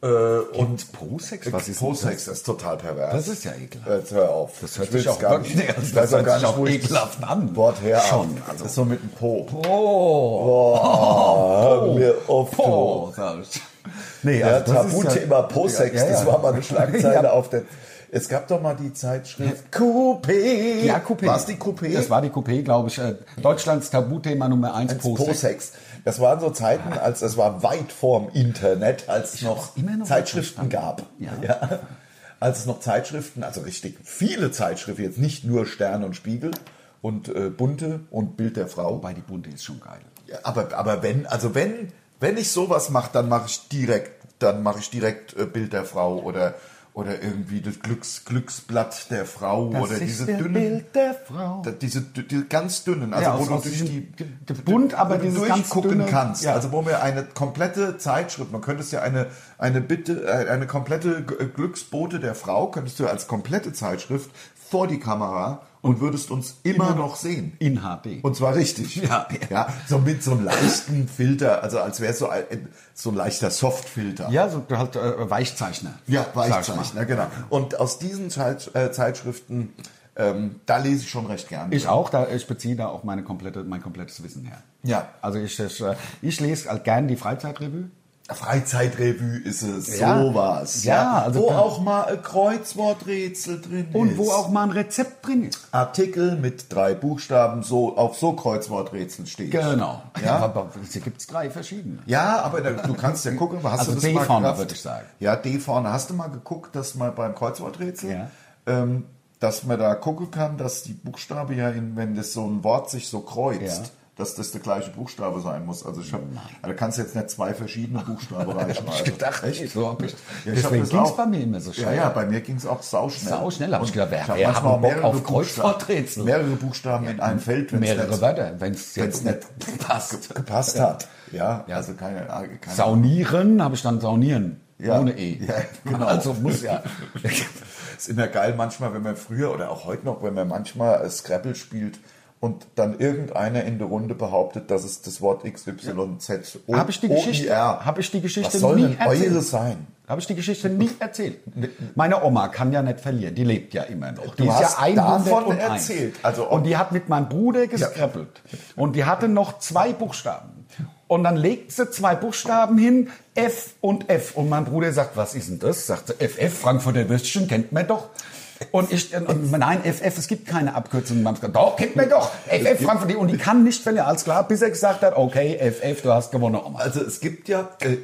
[SPEAKER 3] äh, und äh,
[SPEAKER 4] Posex?
[SPEAKER 3] was ist Po-Sex ist total pervers.
[SPEAKER 4] Das ist ja ekelhaft.
[SPEAKER 3] Jetzt hör auf.
[SPEAKER 4] Das hört
[SPEAKER 3] Ich will
[SPEAKER 4] sich
[SPEAKER 3] es
[SPEAKER 4] auch
[SPEAKER 3] gar
[SPEAKER 4] wirklich-
[SPEAKER 3] nicht.
[SPEAKER 4] Nee, also
[SPEAKER 3] Ich
[SPEAKER 4] das
[SPEAKER 3] weiß auch
[SPEAKER 4] hört
[SPEAKER 3] gar
[SPEAKER 4] sich
[SPEAKER 3] nicht,
[SPEAKER 4] auch
[SPEAKER 3] wo ich das
[SPEAKER 4] ekelhaft an.
[SPEAKER 3] Wort her
[SPEAKER 4] Schon,
[SPEAKER 3] Also. Das ist so mit dem Po.
[SPEAKER 4] Oh.
[SPEAKER 3] Haben wir oft
[SPEAKER 4] Oh. sag ich. Nee,
[SPEAKER 3] ja,
[SPEAKER 4] also das ist
[SPEAKER 3] Tabuthema Posex,
[SPEAKER 4] Ja, ja.
[SPEAKER 3] das war mal eine Schlagzeile
[SPEAKER 4] Ja.
[SPEAKER 3] auf der. Es gab doch mal die Zeitschrift Coupé.
[SPEAKER 4] Ja, Coupé.
[SPEAKER 3] War es die Coupé?
[SPEAKER 4] Das war die Coupé, glaube ich. Äh, Deutschlands Tabuthema Nummer 1,
[SPEAKER 3] Posex.
[SPEAKER 4] Posex.
[SPEAKER 3] Das waren so Zeiten, als es war weit vorm Internet, als es noch,
[SPEAKER 4] hab's immer noch
[SPEAKER 3] Zeitschriften
[SPEAKER 4] nicht
[SPEAKER 3] gab.
[SPEAKER 4] verstanden. Ja.
[SPEAKER 3] Als es noch Zeitschriften, also richtig viele Zeitschriften, jetzt nicht nur Stern und Spiegel und äh, Bunte und Bild der Frau.
[SPEAKER 4] Wobei die Bunte ist schon geil.
[SPEAKER 3] Ja, aber, aber wenn, also wenn, wenn ich sowas mache, dann mache ich direkt, dann mache ich direkt äh, Bild der Frau oder, oder irgendwie das Glücks, Glücksblatt der Frau oder diese dünnen,
[SPEAKER 4] der Frau.
[SPEAKER 3] da- diese, dü- diese ganz dünnen, also
[SPEAKER 4] Ja,
[SPEAKER 3] wo
[SPEAKER 4] aus-
[SPEAKER 3] du
[SPEAKER 4] aus
[SPEAKER 3] durch die,
[SPEAKER 4] diesem- ge- bunt, aber
[SPEAKER 3] wo du
[SPEAKER 4] dieses ganz
[SPEAKER 3] durchgucken
[SPEAKER 4] dünne-
[SPEAKER 3] kannst.
[SPEAKER 4] ja.
[SPEAKER 3] Also wo mir eine komplette Zeitschrift, man könnte es ja eine, eine Bitte, äh, eine komplette G- Glücksbote der Frau, könntest du als komplette Zeitschrift vor die Kamera und würdest uns immer noch sehen.
[SPEAKER 4] In HD.
[SPEAKER 3] Und zwar richtig.
[SPEAKER 4] Ja.
[SPEAKER 3] ja. So mit so einem leichten Filter, also als wäre es so ein, so ein leichter Softfilter.
[SPEAKER 4] ja, so halt äh, Weichzeichner.
[SPEAKER 3] Ja,
[SPEAKER 4] Sag ich mal.
[SPEAKER 3] Weichzeichner, genau. Und aus diesen Zeit, äh, Zeitschriften, ähm, da lese ich schon recht gerne.
[SPEAKER 4] Ich auch, da, ich beziehe da auch meine komplette, mein komplettes Wissen her.
[SPEAKER 3] Ja.
[SPEAKER 4] Also ich, ich, äh, ich lese halt gerne die Freizeitrevue.
[SPEAKER 3] Freizeitrevue ist es,
[SPEAKER 4] Ja.
[SPEAKER 3] sowas.
[SPEAKER 4] Ja, also
[SPEAKER 3] wo
[SPEAKER 4] da-
[SPEAKER 3] auch mal ein Kreuzworträtsel drin ist.
[SPEAKER 4] Und wo auch mal ein Rezept drin ist.
[SPEAKER 3] Artikel mit drei Buchstaben so auf so Kreuzworträtsel steht.
[SPEAKER 4] Genau.
[SPEAKER 3] Ja.
[SPEAKER 4] Aber hier gibt es drei verschiedene.
[SPEAKER 3] Ja, aber da, du kannst ja gucken, hast
[SPEAKER 4] Also
[SPEAKER 3] du das
[SPEAKER 4] D
[SPEAKER 3] mal
[SPEAKER 4] vorne,
[SPEAKER 3] gerafft?
[SPEAKER 4] würde ich sagen.
[SPEAKER 3] Ja, D vorne. Hast du mal geguckt, dass man beim Kreuzworträtsel,
[SPEAKER 4] Ja.
[SPEAKER 3] ähm, dass man da gucken kann, dass die Buchstabe ja, in, wenn das so ein Wort sich so kreuzt,
[SPEAKER 4] Ja.
[SPEAKER 3] dass das der gleiche Buchstabe sein muss. Also ich habe, also du kannst jetzt nicht zwei verschiedene Buchstaben reinschreiben.
[SPEAKER 4] Hab ich gedacht,
[SPEAKER 3] Echt?
[SPEAKER 4] so hab ich.
[SPEAKER 3] Ja, ich hab
[SPEAKER 4] Deswegen
[SPEAKER 3] das
[SPEAKER 4] ging es
[SPEAKER 3] auch.
[SPEAKER 4] bei mir immer so
[SPEAKER 3] Ja,
[SPEAKER 4] schnell.
[SPEAKER 3] ja, bei mir ging es auch sauschnell.
[SPEAKER 4] Sau schnell, hab ich
[SPEAKER 3] Und
[SPEAKER 4] gedacht, wer-
[SPEAKER 3] hab
[SPEAKER 4] wer
[SPEAKER 3] manchmal
[SPEAKER 4] hat Bock
[SPEAKER 3] mehrere
[SPEAKER 4] auf
[SPEAKER 3] Buchstaben-
[SPEAKER 4] Kreuzworträtsel?
[SPEAKER 3] Mehrere Buchstaben in einem Feld, wenn's
[SPEAKER 4] Mehrere
[SPEAKER 3] nicht-
[SPEAKER 4] Wörter, wenn es
[SPEAKER 3] wenn's
[SPEAKER 4] jetzt nicht
[SPEAKER 3] nicht
[SPEAKER 4] passt.
[SPEAKER 3] gepasst hat. Ja,
[SPEAKER 4] Ja.
[SPEAKER 3] also keine, keine
[SPEAKER 4] Saunieren habe ich dann Saunieren.
[SPEAKER 3] Ja.
[SPEAKER 4] Ohne E.
[SPEAKER 3] Ja, genau.
[SPEAKER 4] Also muss ja.
[SPEAKER 3] ist immer geil manchmal, wenn man früher oder auch heute noch, wenn man manchmal äh, Scrabble spielt und dann irgendeiner in der Runde behauptet, dass es das Wort XYZ O-
[SPEAKER 4] Habe ich die Geschichte,
[SPEAKER 3] OIR.
[SPEAKER 4] hab ich die Geschichte
[SPEAKER 3] Was soll
[SPEAKER 4] nie
[SPEAKER 3] denn
[SPEAKER 4] erzählt?
[SPEAKER 3] eure sein?
[SPEAKER 4] Habe ich die Geschichte nie erzählt. Meine Oma kann ja nicht verlieren, die lebt ja immer noch. Die
[SPEAKER 3] Du hast davon
[SPEAKER 4] 101.
[SPEAKER 3] erzählt. Also, ob-
[SPEAKER 4] und die hat mit meinem Bruder geskrabbelt. Und die hatte noch zwei Buchstaben. Und dann legt sie zwei Buchstaben hin, F und F. Und mein Bruder sagt, was ist denn das? Sagt sie, FF, Frankfurter Würstchen, kennt man doch. Und ich, und, nein, FF, es gibt keine Abkürzung. Man sagt, Doch, kennt man doch, FF, Frankfurter. Und die kann nicht verlieren, alles klar, bis er gesagt hat, okay, FF, du hast gewonnen, Oma.
[SPEAKER 3] Also es gibt ja, äh,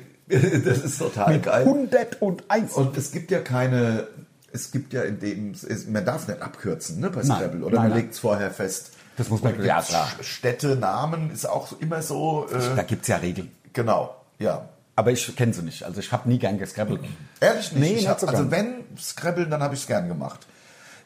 [SPEAKER 3] das ist total geil.
[SPEAKER 4] 101.
[SPEAKER 3] Und es gibt ja keine, es gibt ja in dem, es, man darf nicht abkürzen, ne, bei
[SPEAKER 4] Nein.
[SPEAKER 3] Scrabble, oder
[SPEAKER 4] Nein,
[SPEAKER 3] man
[SPEAKER 4] nein.
[SPEAKER 3] legt es vorher fest.
[SPEAKER 4] Das muss man-
[SPEAKER 3] Und
[SPEAKER 4] ja, klar.
[SPEAKER 3] Städte, Namen ist auch immer so,
[SPEAKER 4] da
[SPEAKER 3] äh,
[SPEAKER 4] gibt es ja Regeln.
[SPEAKER 3] genau, ja.
[SPEAKER 4] Aber ich kenne sie nicht. Also ich habe nie gern gescrabbelt.
[SPEAKER 3] Ehrlich nicht?
[SPEAKER 4] Nee,
[SPEAKER 3] ich
[SPEAKER 4] nicht
[SPEAKER 3] hab,
[SPEAKER 4] so
[SPEAKER 3] also
[SPEAKER 4] gern.
[SPEAKER 3] wenn Scrabble, dann habe ich es gern gemacht.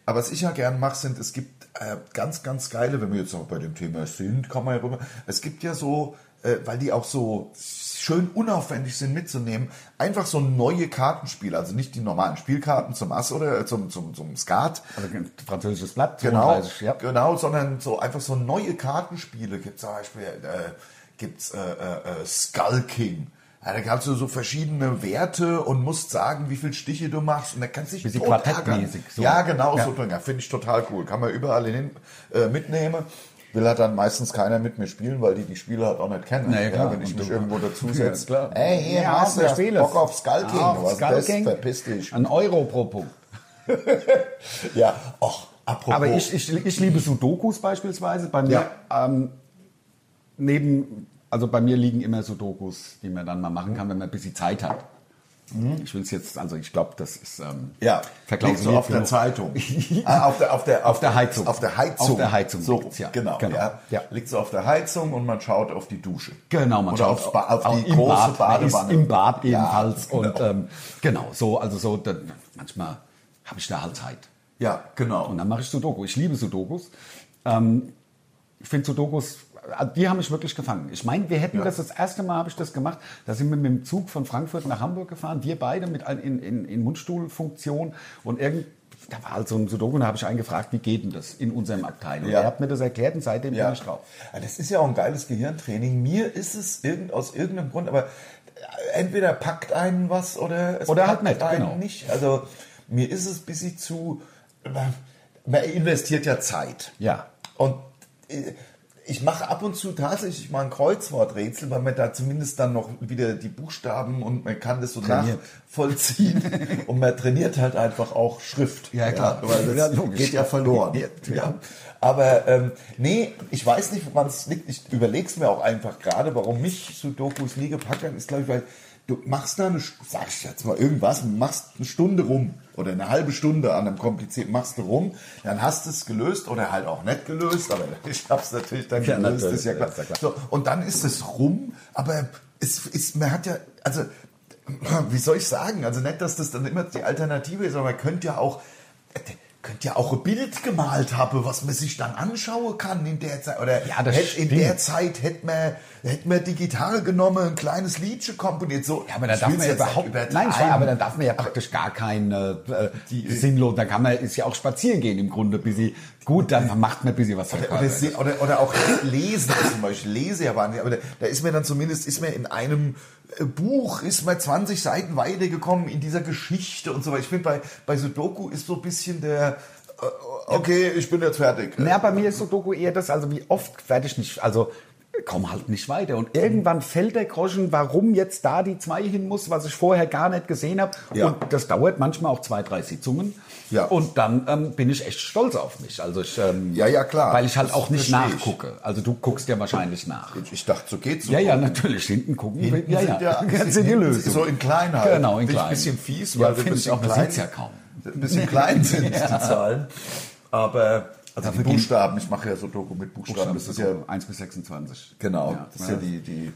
[SPEAKER 3] Aber was ich ja gern mache, sind, es gibt äh, ganz, ganz geile, wenn wir jetzt noch bei dem Thema sind, kann man ja rüber. Es gibt ja so, äh, weil die auch so schön unaufwendig sind mitzunehmen, einfach so neue Kartenspiele, also nicht die normalen Spielkarten zum Ass oder äh, zum, zum, zum Skat,
[SPEAKER 4] Also ein französisches Blatt,
[SPEAKER 3] Genau,
[SPEAKER 4] 32, ja.
[SPEAKER 3] genau, sondern so einfach so neue Kartenspiele gibt zum Beispiel äh, gibt's äh, äh, äh, Skull King. Ja, da kannst du so verschiedene Werte und musst sagen, wie viele Stiche du machst und da kannst du dich
[SPEAKER 4] Bisschen
[SPEAKER 3] tot
[SPEAKER 4] quartettmäßig,
[SPEAKER 3] ärgern.
[SPEAKER 4] so.
[SPEAKER 3] Ja, genau,
[SPEAKER 4] Ja.
[SPEAKER 3] so drin. Ja, finde ich total cool. Kann man überall hin, äh, mitnehmen. Will halt dann meistens keiner mit mir spielen, weil die die Spiele halt auch nicht kennen.
[SPEAKER 4] Na ja, klar.
[SPEAKER 3] wenn ich
[SPEAKER 4] Und
[SPEAKER 3] mich
[SPEAKER 4] du-
[SPEAKER 3] irgendwo dazu
[SPEAKER 4] Ja,
[SPEAKER 3] setze.
[SPEAKER 4] klar.
[SPEAKER 3] Ey, hier,
[SPEAKER 4] Ja,
[SPEAKER 3] hast du
[SPEAKER 4] wir
[SPEAKER 3] hast
[SPEAKER 4] spielen
[SPEAKER 3] Bock
[SPEAKER 4] es.
[SPEAKER 3] auf Skull King.
[SPEAKER 4] Ah, auf
[SPEAKER 3] was ist
[SPEAKER 4] Skull
[SPEAKER 3] das?
[SPEAKER 4] King.
[SPEAKER 3] Verpiss dich.
[SPEAKER 4] Ein Euro pro Punkt.
[SPEAKER 3] Ja, ach, apropos.
[SPEAKER 4] Aber ich, ich, ich liebe Sudokus beispielsweise. Bei mir ähm, neben, also bei mir liegen immer Sudokus, die man dann mal machen kann, wenn man ein bisschen Zeit hat. Ich will es jetzt, also ich glaube, das ist ähm,
[SPEAKER 3] Mhm. Ja,
[SPEAKER 4] verklausuliert
[SPEAKER 3] liegst du auf der
[SPEAKER 4] genug.
[SPEAKER 3] Zeitung. ah, auf, der, auf, der,
[SPEAKER 4] Auf der Heizung.
[SPEAKER 3] Auf der Heizung.
[SPEAKER 4] Auf der Heizung
[SPEAKER 3] So,
[SPEAKER 4] liegt's, ja.
[SPEAKER 3] Genau,
[SPEAKER 4] Genau,
[SPEAKER 3] Ja.
[SPEAKER 4] ja.
[SPEAKER 3] Liegt so auf der Heizung und man schaut auf die Dusche.
[SPEAKER 4] Genau, man
[SPEAKER 3] Oder
[SPEAKER 4] schaut
[SPEAKER 3] aufs ba auf
[SPEAKER 4] auch
[SPEAKER 3] die
[SPEAKER 4] im
[SPEAKER 3] große
[SPEAKER 4] Bad, man
[SPEAKER 3] Badewanne.
[SPEAKER 4] Ist Im Bad
[SPEAKER 3] Ja,
[SPEAKER 4] ebenfalls.
[SPEAKER 3] genau.
[SPEAKER 4] Und ähm, genau, so, also so, dann, manchmal habe ich da halt Zeit.
[SPEAKER 3] ja, genau.
[SPEAKER 4] Und dann mache ich Sudoku. Ich liebe Sudokus. Ähm, ich finde Sudokus, also die haben mich wirklich gefangen. Ich meine, wir hätten
[SPEAKER 3] Ja.
[SPEAKER 4] das das erste Mal, habe ich das gemacht, da sind wir mit dem Zug von Frankfurt nach Hamburg gefahren, wir beide mit ein, in, in, in Mundstuhlfunktion und irgend, da war halt so ein Sudoku und da habe ich einen gefragt, wie geht denn das in unserem Abteil? Und
[SPEAKER 3] Ja.
[SPEAKER 4] er hat mir das erklärt und seitdem bin ich drauf.
[SPEAKER 3] Ah, Das ist ja auch ein geiles Gehirntraining. Mir ist es irgend, aus irgendeinem Grund, aber äh, entweder packt einen was oder es
[SPEAKER 4] Oder halt
[SPEAKER 3] packt
[SPEAKER 4] nicht,
[SPEAKER 3] einen
[SPEAKER 4] genau.
[SPEAKER 3] nicht. Also mir ist es ein bisschen zu. äh, Man investiert ja Zeit.
[SPEAKER 4] Ja.
[SPEAKER 3] Und äh, ich mache ab und zu tatsächlich mal ein Kreuzworträtsel, weil man da zumindest dann noch wieder die Buchstaben und man kann das so
[SPEAKER 4] Trainiert.
[SPEAKER 3] nachvollziehen. und man trainiert halt einfach auch Schrift.
[SPEAKER 4] Ja, klar.
[SPEAKER 3] weil
[SPEAKER 4] Ja,
[SPEAKER 3] das
[SPEAKER 4] logisch.
[SPEAKER 3] geht ja verloren.
[SPEAKER 4] Ja.
[SPEAKER 3] Ja. Aber ähm, nee, ich weiß nicht, woran es liegt. Ich überlege es mir auch einfach gerade, warum mich Sudokus nie gepackt haben, ist, glaube ich, weil du machst da eine, Sch- sag ich jetzt mal irgendwas, machst eine Stunde rum oder eine halbe Stunde an einem komplizierten, machst du rum, dann hast du es gelöst oder halt auch nicht gelöst, aber ich habe es natürlich dann
[SPEAKER 4] Ja,
[SPEAKER 3] gelöst,
[SPEAKER 4] natürlich,
[SPEAKER 3] ist ja
[SPEAKER 4] ja,
[SPEAKER 3] klar.
[SPEAKER 4] ist ja klar.
[SPEAKER 3] So, und dann ist es rum, aber es ist, man hat ja, also, wie soll ich sagen, also nicht, dass das dann immer die Alternative ist, aber man könnte ja auch, äh, könnte ja auch ein Bild gemalt haben, was man sich dann anschauen kann in der Zeit, oder
[SPEAKER 4] Ja, das
[SPEAKER 3] hätte in
[SPEAKER 4] stimmt.
[SPEAKER 3] der Zeit hätte man, hätte man die Gitarre genommen, ein kleines Liedchen komponiert, so.
[SPEAKER 4] Ja, aber da
[SPEAKER 3] Ich
[SPEAKER 4] darf
[SPEAKER 3] will's
[SPEAKER 4] man ja
[SPEAKER 3] jetzt nicht
[SPEAKER 4] überhaupt
[SPEAKER 3] übertreiben.
[SPEAKER 4] Nein, ich weiß, aber da darf man ja praktisch gar keine äh, die, sinnlos. Da kann man ist ja auch spazieren gehen im Grunde, bis sie gut, dann macht man ein bisschen was für den
[SPEAKER 3] Oder,
[SPEAKER 4] Körper.
[SPEAKER 3] se- oder, oder auch lesen zum Beispiel. Ich Lese ja wahnsinnig. Aber da, da ist mir dann zumindest, ist mir in einem äh, Buch, ist mir 20 Seiten weitergekommen in dieser Geschichte und so weiter. Ich finde, bei, bei Sudoku ist so ein bisschen der, äh, okay, ich bin jetzt fertig.
[SPEAKER 4] Na, bei mir ist so Doku eher das, also wie oft werde ich nicht, also komm halt nicht weiter. Und irgendwann fällt der Groschen, warum jetzt da die zwei hin muss, was ich vorher gar nicht gesehen habe.
[SPEAKER 3] Ja.
[SPEAKER 4] Und das dauert manchmal auch zwei, drei Sitzungen.
[SPEAKER 3] Ja.
[SPEAKER 4] Und dann ähm, bin ich echt stolz auf mich. Also ich, ähm,
[SPEAKER 3] Ja, ja, klar.
[SPEAKER 4] Weil ich halt
[SPEAKER 3] Das
[SPEAKER 4] auch nicht
[SPEAKER 3] verstehe ich.
[SPEAKER 4] nachgucke. Also du guckst ja wahrscheinlich nach.
[SPEAKER 3] Ich dachte, so geht's so.
[SPEAKER 4] Ja, ja, natürlich. Hinten gucken.
[SPEAKER 3] Hinten
[SPEAKER 4] ja, ja.
[SPEAKER 3] sind ja-
[SPEAKER 4] Ganz in die
[SPEAKER 3] hinten
[SPEAKER 4] Lösung.
[SPEAKER 3] so in klein halt.
[SPEAKER 4] Genau, in
[SPEAKER 3] Finde ich
[SPEAKER 4] klein.
[SPEAKER 3] ein bisschen fies,
[SPEAKER 4] ja,
[SPEAKER 3] weil wir ein
[SPEAKER 4] finde ich
[SPEAKER 3] bisschen
[SPEAKER 4] auch. Man
[SPEAKER 3] klein-
[SPEAKER 4] sieht's ja kaum.
[SPEAKER 3] Ein bisschen klein sind die Zahlen. Aber, also die
[SPEAKER 4] Dafür gehen-
[SPEAKER 3] Buchstaben, ich mache ja Sudoku mit Buchstaben, das ist ja
[SPEAKER 4] 1 bis 26.
[SPEAKER 3] Genau,
[SPEAKER 4] Ja,
[SPEAKER 3] das ist ja die. die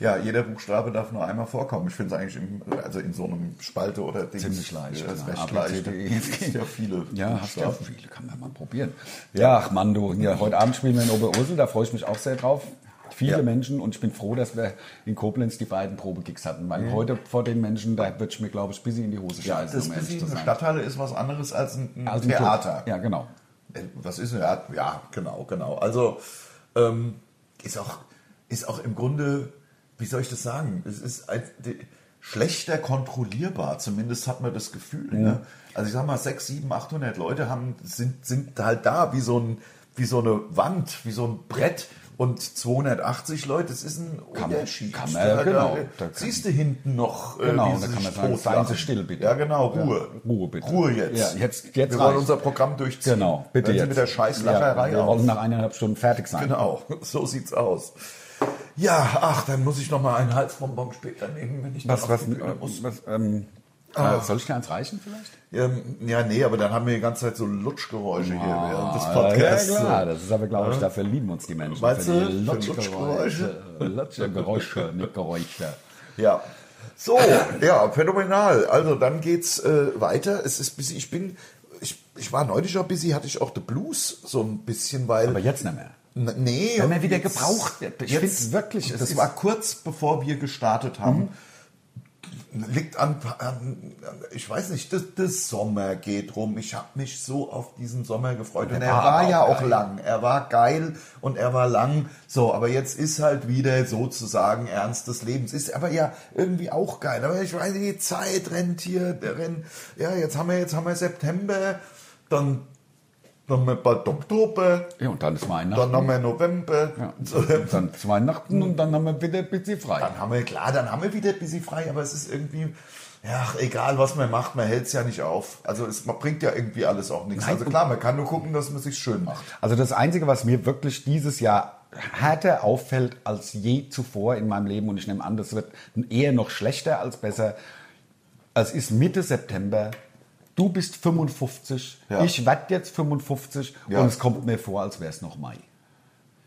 [SPEAKER 3] ja, jeder Buchstabe darf nur einmal vorkommen. Ich finde es eigentlich im, also in so einem Spalte oder Ding.
[SPEAKER 4] Ziemlich leicht,
[SPEAKER 3] Ja, ist
[SPEAKER 4] genau.
[SPEAKER 3] recht
[SPEAKER 4] A, B,
[SPEAKER 3] leicht.
[SPEAKER 4] C, D, E, F, G.
[SPEAKER 3] Es gibt ja viele.
[SPEAKER 4] Ja, hast du ja
[SPEAKER 3] Buchstaben.
[SPEAKER 4] viele, kann man mal probieren. Ja, ach Mann, du, ja, heute Abend spielen wir in Oberursel, da freue ich mich auch sehr drauf. Viele
[SPEAKER 3] Ja.
[SPEAKER 4] Menschen und ich bin froh, dass wir in Koblenz die beiden Probegigs hatten, weil heute vor den Menschen, da wird ich mir, glaube ich, bis in die Hose
[SPEAKER 3] Mhm. Ja,
[SPEAKER 4] scheißen,
[SPEAKER 3] das
[SPEAKER 4] um ehrlich zu
[SPEAKER 3] eine
[SPEAKER 4] sein.
[SPEAKER 3] Stadthalle ist was anderes als ein, ein
[SPEAKER 4] Also ein Club.
[SPEAKER 3] Theater.
[SPEAKER 4] Ja, genau.
[SPEAKER 3] Äh, Was ist ein Theater? Ja, genau, genau. Also ähm, ist, auch, ist auch im Grunde, wie soll ich das sagen? Es ist ein, die, schlechter kontrollierbar, zumindest hat man das Gefühl. Ne? Also ich sag mal, 6, 7, 800 Leute haben, sind, sind halt da wie so, ein, wie so eine Wand, wie so ein Brett. Und 280 Leute, das ist ein
[SPEAKER 4] Kann man-
[SPEAKER 3] Unterschied.
[SPEAKER 4] kann man- genau. Da
[SPEAKER 3] Da
[SPEAKER 4] kann-
[SPEAKER 3] siehst du hinten noch. äh,
[SPEAKER 4] Genau,
[SPEAKER 3] wie
[SPEAKER 4] und
[SPEAKER 3] sie
[SPEAKER 4] da kann
[SPEAKER 3] sich
[SPEAKER 4] man sagen,
[SPEAKER 3] totlachen.
[SPEAKER 4] seien Sie still, bitte.
[SPEAKER 3] Ja, genau, Ruhe.
[SPEAKER 4] Ja, Ruhe, bitte.
[SPEAKER 3] Ruhe jetzt.
[SPEAKER 4] Ja, jetzt- jetzt
[SPEAKER 3] Wir wollen
[SPEAKER 4] reicht's.
[SPEAKER 3] unser Programm durchziehen.
[SPEAKER 4] Genau, bitte
[SPEAKER 3] Hören Sie
[SPEAKER 4] jetzt.
[SPEAKER 3] mit der Scheißlacherei
[SPEAKER 4] ja, genau. Wir
[SPEAKER 3] auf.
[SPEAKER 4] wollen nach eineinhalb Stunden fertig sein.
[SPEAKER 3] Genau, so sieht's aus. Ja, ach, dann muss ich noch mal einen Halsbonbon später nehmen, wenn ich dann
[SPEAKER 4] Was,
[SPEAKER 3] auf
[SPEAKER 4] was,
[SPEAKER 3] die Bühne muss.
[SPEAKER 4] was, was ähm, äh, soll ich dir eins reichen vielleicht?
[SPEAKER 3] Ähm, ja, nee, aber dann haben wir die ganze Zeit so Lutschgeräusche hier während des
[SPEAKER 4] Ah, Ja,
[SPEAKER 3] Podcasts.
[SPEAKER 4] klar, das ist aber, glaube ich, dafür lieben uns die Menschen.
[SPEAKER 3] Meinst
[SPEAKER 4] für die
[SPEAKER 3] du? Für
[SPEAKER 4] Lutschgeräusche. Lutschgeräusche, nicht Geräusche.
[SPEAKER 3] Ja, So, ja, phänomenal. Also dann geht's äh, weiter. Es ist busy. Ich bin, ich, ich war neulich auch busy, hatte ich auch The Blues so ein bisschen, weil.
[SPEAKER 4] Aber jetzt nicht mehr.
[SPEAKER 3] N- nee.
[SPEAKER 4] Wenn man wieder
[SPEAKER 3] jetzt-
[SPEAKER 4] gebraucht wird. Ich
[SPEAKER 3] jetzt-
[SPEAKER 4] find's wirklich, es
[SPEAKER 3] Das
[SPEAKER 4] ist- Mhm.
[SPEAKER 3] war kurz bevor wir gestartet haben. Liegt an, an, an, ich weiß nicht, das, das Sommer geht rum. Ich habe mich so auf diesen Sommer gefreut. Und er
[SPEAKER 4] war
[SPEAKER 3] war,
[SPEAKER 4] aber
[SPEAKER 3] ja
[SPEAKER 4] auch
[SPEAKER 3] auch lang. Er war geil und er war lang. So, aber jetzt ist halt wieder sozusagen Ernst des Lebens. Ist aber ja irgendwie auch geil. Aber ich weiß nicht, die Zeit rennt hier, rennt. Ja, jetzt haben wir, jetzt haben wir September, dann, dann haben wir bald Oktober,
[SPEAKER 4] Ja, und dann ist
[SPEAKER 3] dann
[SPEAKER 4] Weihnachten.
[SPEAKER 3] haben wir November.
[SPEAKER 4] Ja, und dann ist Weihnachten und dann haben wir wieder ein bisschen frei.
[SPEAKER 3] Dann haben wir, klar, dann haben wir wieder ein bisschen frei, aber es ist irgendwie, ja, egal was man macht, man hält es ja nicht auf. Also es man bringt ja irgendwie alles auch nichts.
[SPEAKER 4] Nein,
[SPEAKER 3] also klar, man kann nur gucken, dass man sich schön macht.
[SPEAKER 4] Also das Einzige, was mir wirklich dieses Jahr härter auffällt als je zuvor in meinem Leben, und ich nehme an, das wird eher noch schlechter als besser, es ist Mitte September, du bist 55,
[SPEAKER 3] Ja.
[SPEAKER 4] ich werd jetzt 55
[SPEAKER 3] Ja.
[SPEAKER 4] und es kommt mir vor, als wäre es noch Mai.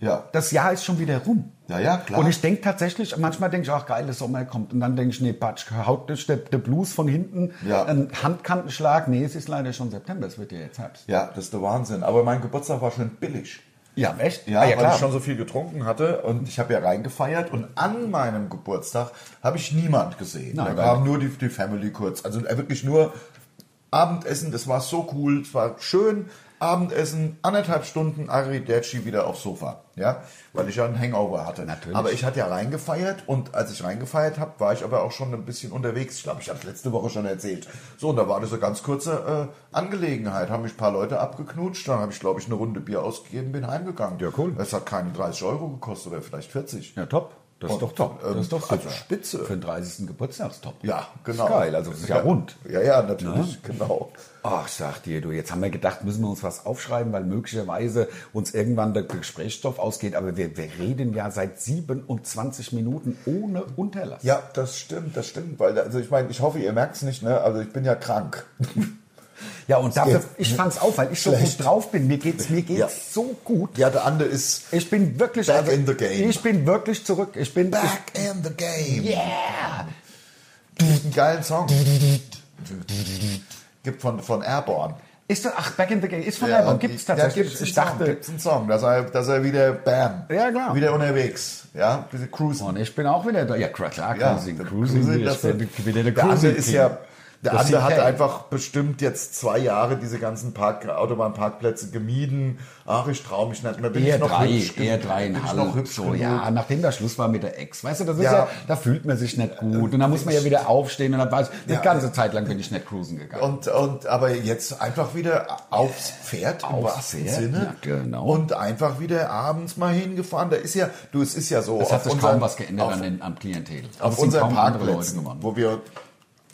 [SPEAKER 3] Ja,
[SPEAKER 4] Das Jahr ist schon wieder rum.
[SPEAKER 3] ja, ja, klar.
[SPEAKER 4] Und ich denke tatsächlich, manchmal denke ich, ach geil, der Sommer kommt. Und dann denke ich, nee, Patsch, haut dich der, der Blues von hinten,
[SPEAKER 3] Ja.
[SPEAKER 4] ein Handkantenschlag. Nee, es ist leider schon September, es wird ja jetzt Herbst.
[SPEAKER 3] ja, das ist der Wahnsinn. Aber mein Geburtstag war schön billig.
[SPEAKER 4] Ja, echt?
[SPEAKER 3] Ja,
[SPEAKER 4] ah, ja
[SPEAKER 3] weil
[SPEAKER 4] klar.
[SPEAKER 3] ich schon so viel getrunken hatte und ich habe ja reingefeiert und an meinem Geburtstag habe ich niemand gesehen.
[SPEAKER 4] Nein,
[SPEAKER 3] da
[SPEAKER 4] weil-
[SPEAKER 3] kam nur die, die Family kurz. Also äh, wirklich nur Abendessen, das war so cool, es war schön. Abendessen, anderthalb Stunden Arrivederci wieder aufs Sofa, ja, weil ich ja einen Hangover hatte.
[SPEAKER 4] Natürlich.
[SPEAKER 3] Aber ich hatte ja reingefeiert und als ich reingefeiert habe, war ich aber auch schon ein bisschen unterwegs. Ich glaube, ich habe es letzte Woche schon erzählt. So, und da war das eine ganz kurze äh, Angelegenheit. Haben mich ein paar Leute abgeknutscht, dann habe ich, glaube ich, eine Runde Bier ausgegeben, bin heimgegangen.
[SPEAKER 4] Ja, cool.
[SPEAKER 3] Es hat keine 30 Euro gekostet oder vielleicht 40.
[SPEAKER 4] Ja, top. Das ist
[SPEAKER 3] Und,
[SPEAKER 4] doch top.
[SPEAKER 3] ähm,
[SPEAKER 4] das ist doch
[SPEAKER 3] also
[SPEAKER 4] super.
[SPEAKER 3] spitze.
[SPEAKER 4] Für den 30. Geburtstagstop.
[SPEAKER 3] Ja, genau.
[SPEAKER 4] Ist geil, also das ist ja rund.
[SPEAKER 3] Ja, ja, natürlich, genau.
[SPEAKER 4] Ach, sag dir, du, jetzt haben wir gedacht, müssen wir uns was aufschreiben, weil möglicherweise uns irgendwann der Gesprächsstoff ausgeht. Aber wir, wir reden ja seit 27 Minuten ohne Unterlass.
[SPEAKER 3] Ja, das stimmt, das stimmt, weil also ich meine, ich hoffe, ihr merkt es nicht, ne? Also ich bin ja krank.
[SPEAKER 4] Ja, und dafür,
[SPEAKER 3] geht-
[SPEAKER 4] ich fang's auf, weil ich so
[SPEAKER 3] Schlecht.
[SPEAKER 4] gut drauf bin. Mir geht's, mir geht's
[SPEAKER 3] Ja.
[SPEAKER 4] so gut.
[SPEAKER 3] Ja, der andere ist
[SPEAKER 4] Ich bin wirklich, also
[SPEAKER 3] Back in the game.
[SPEAKER 4] ich bin wirklich zurück. Ich bin,
[SPEAKER 3] back in the game. Yeah. Einen geilen Song. Gibt von, von Airborne.
[SPEAKER 4] ich, ist das, ach, Back in the Game ist von
[SPEAKER 3] Ja,
[SPEAKER 4] Album,
[SPEAKER 3] und
[SPEAKER 4] gibt's
[SPEAKER 3] da
[SPEAKER 4] tatsächlich.
[SPEAKER 3] gibt's
[SPEAKER 4] ich
[SPEAKER 3] einen Song,
[SPEAKER 4] dachte,
[SPEAKER 3] gibt's einen Song, dass er, dass er wieder bam,
[SPEAKER 4] Ja, klar.
[SPEAKER 3] wieder unterwegs, ja, diese Cruisen.
[SPEAKER 4] Und ich bin auch wieder da. Ja, klar, klar,
[SPEAKER 3] ja,
[SPEAKER 4] Cruising.
[SPEAKER 3] der
[SPEAKER 4] Cruising,
[SPEAKER 3] Cruising,
[SPEAKER 4] ich
[SPEAKER 3] das-
[SPEAKER 4] bin wieder der
[SPEAKER 3] der andere
[SPEAKER 4] Cruising.
[SPEAKER 3] ist
[SPEAKER 4] King.
[SPEAKER 3] ja, der
[SPEAKER 4] Das
[SPEAKER 3] andere
[SPEAKER 4] sind
[SPEAKER 3] hat
[SPEAKER 4] King.
[SPEAKER 3] einfach bestimmt jetzt zwei Jahre diese ganzen Park, Autobahnparkplätze gemieden. Ach, ich traue mich nicht mehr. Bin
[SPEAKER 4] eher
[SPEAKER 3] ich noch
[SPEAKER 4] drei,
[SPEAKER 3] hübsch genug?
[SPEAKER 4] eher dreieinhalb.
[SPEAKER 3] Bin ich noch hübsch
[SPEAKER 4] so,
[SPEAKER 3] genug?
[SPEAKER 4] ja, nachdem der Schluss war mit der Ex. Weißt du, das ist ja,
[SPEAKER 3] Ja.
[SPEAKER 4] da fühlt man sich nicht gut. Und dann muss man ja wieder aufstehen. Und dann weiß ich,
[SPEAKER 3] Ja.
[SPEAKER 4] die ganze Zeit lang bin ich nicht cruisen gegangen.
[SPEAKER 3] Und, und aber jetzt einfach wieder aufs Pferd im
[SPEAKER 4] Aufs
[SPEAKER 3] wahrsten
[SPEAKER 4] Pferd,
[SPEAKER 3] Sinne
[SPEAKER 4] ja, genau.
[SPEAKER 3] und einfach wieder abends mal hingefahren. Da ist ja, du, es ist ja so.
[SPEAKER 4] Es hat sich
[SPEAKER 3] unseren-
[SPEAKER 4] kaum was geändert
[SPEAKER 3] auf,
[SPEAKER 4] an den, am Klientel.
[SPEAKER 3] auf
[SPEAKER 4] Es sind
[SPEAKER 3] unseren
[SPEAKER 4] kaum andere
[SPEAKER 3] Parkplätzen,
[SPEAKER 4] gewonnen.
[SPEAKER 3] wo wir,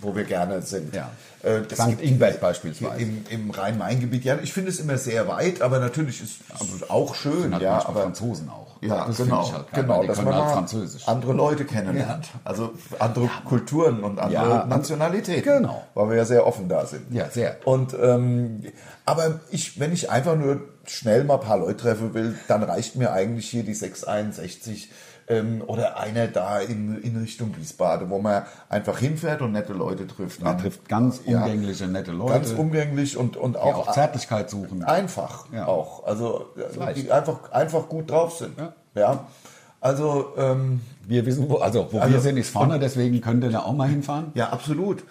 [SPEAKER 3] wo wir gerne sind.
[SPEAKER 4] Ja.
[SPEAKER 3] Äh, das
[SPEAKER 4] St.
[SPEAKER 3] gibt-
[SPEAKER 4] Ingbert beispielsweise.
[SPEAKER 3] Im, im Rhein-Main-Gebiet, ja, ich finde es immer sehr weit, aber natürlich ist es auch schön,
[SPEAKER 4] Halt
[SPEAKER 3] ja,
[SPEAKER 4] manchmal
[SPEAKER 3] aber
[SPEAKER 4] Franzosen auch.
[SPEAKER 3] ja,
[SPEAKER 4] das finde
[SPEAKER 3] genau,
[SPEAKER 4] ich halt geil,
[SPEAKER 3] genau,
[SPEAKER 4] weil die
[SPEAKER 3] dass
[SPEAKER 4] können
[SPEAKER 3] man
[SPEAKER 4] halt
[SPEAKER 3] mal
[SPEAKER 4] Französisch.
[SPEAKER 3] andere Leute kennenlernt, also andere Kulturen und andere
[SPEAKER 4] Ja.
[SPEAKER 3] Nationalitäten,
[SPEAKER 4] Genau.
[SPEAKER 3] weil wir ja sehr offen da sind.
[SPEAKER 4] Ja, sehr.
[SPEAKER 3] Und ähm, aber ich, wenn ich einfach nur schnell mal ein paar Leute treffen will, dann reicht mir eigentlich hier die 661 ähm, oder einer da in, in Richtung Wiesbaden, wo man einfach hinfährt und nette Leute trifft.
[SPEAKER 4] Man trifft ganz
[SPEAKER 3] Ja.
[SPEAKER 4] umgängliche, nette Leute,
[SPEAKER 3] Ganz umgänglich und, und
[SPEAKER 4] die
[SPEAKER 3] auch,
[SPEAKER 4] auch Zärtlichkeit suchen.
[SPEAKER 3] einfach
[SPEAKER 4] Ja.
[SPEAKER 3] auch. Also
[SPEAKER 4] Vielleicht.
[SPEAKER 3] die einfach, einfach gut drauf sind.
[SPEAKER 4] Ja.
[SPEAKER 3] Ja. Also ähm,
[SPEAKER 4] Wir wissen, wo, also wo wir
[SPEAKER 3] Also-
[SPEAKER 4] sind, ist vorne, deswegen könnt ihr da auch mal hinfahren.
[SPEAKER 3] ja, absolut.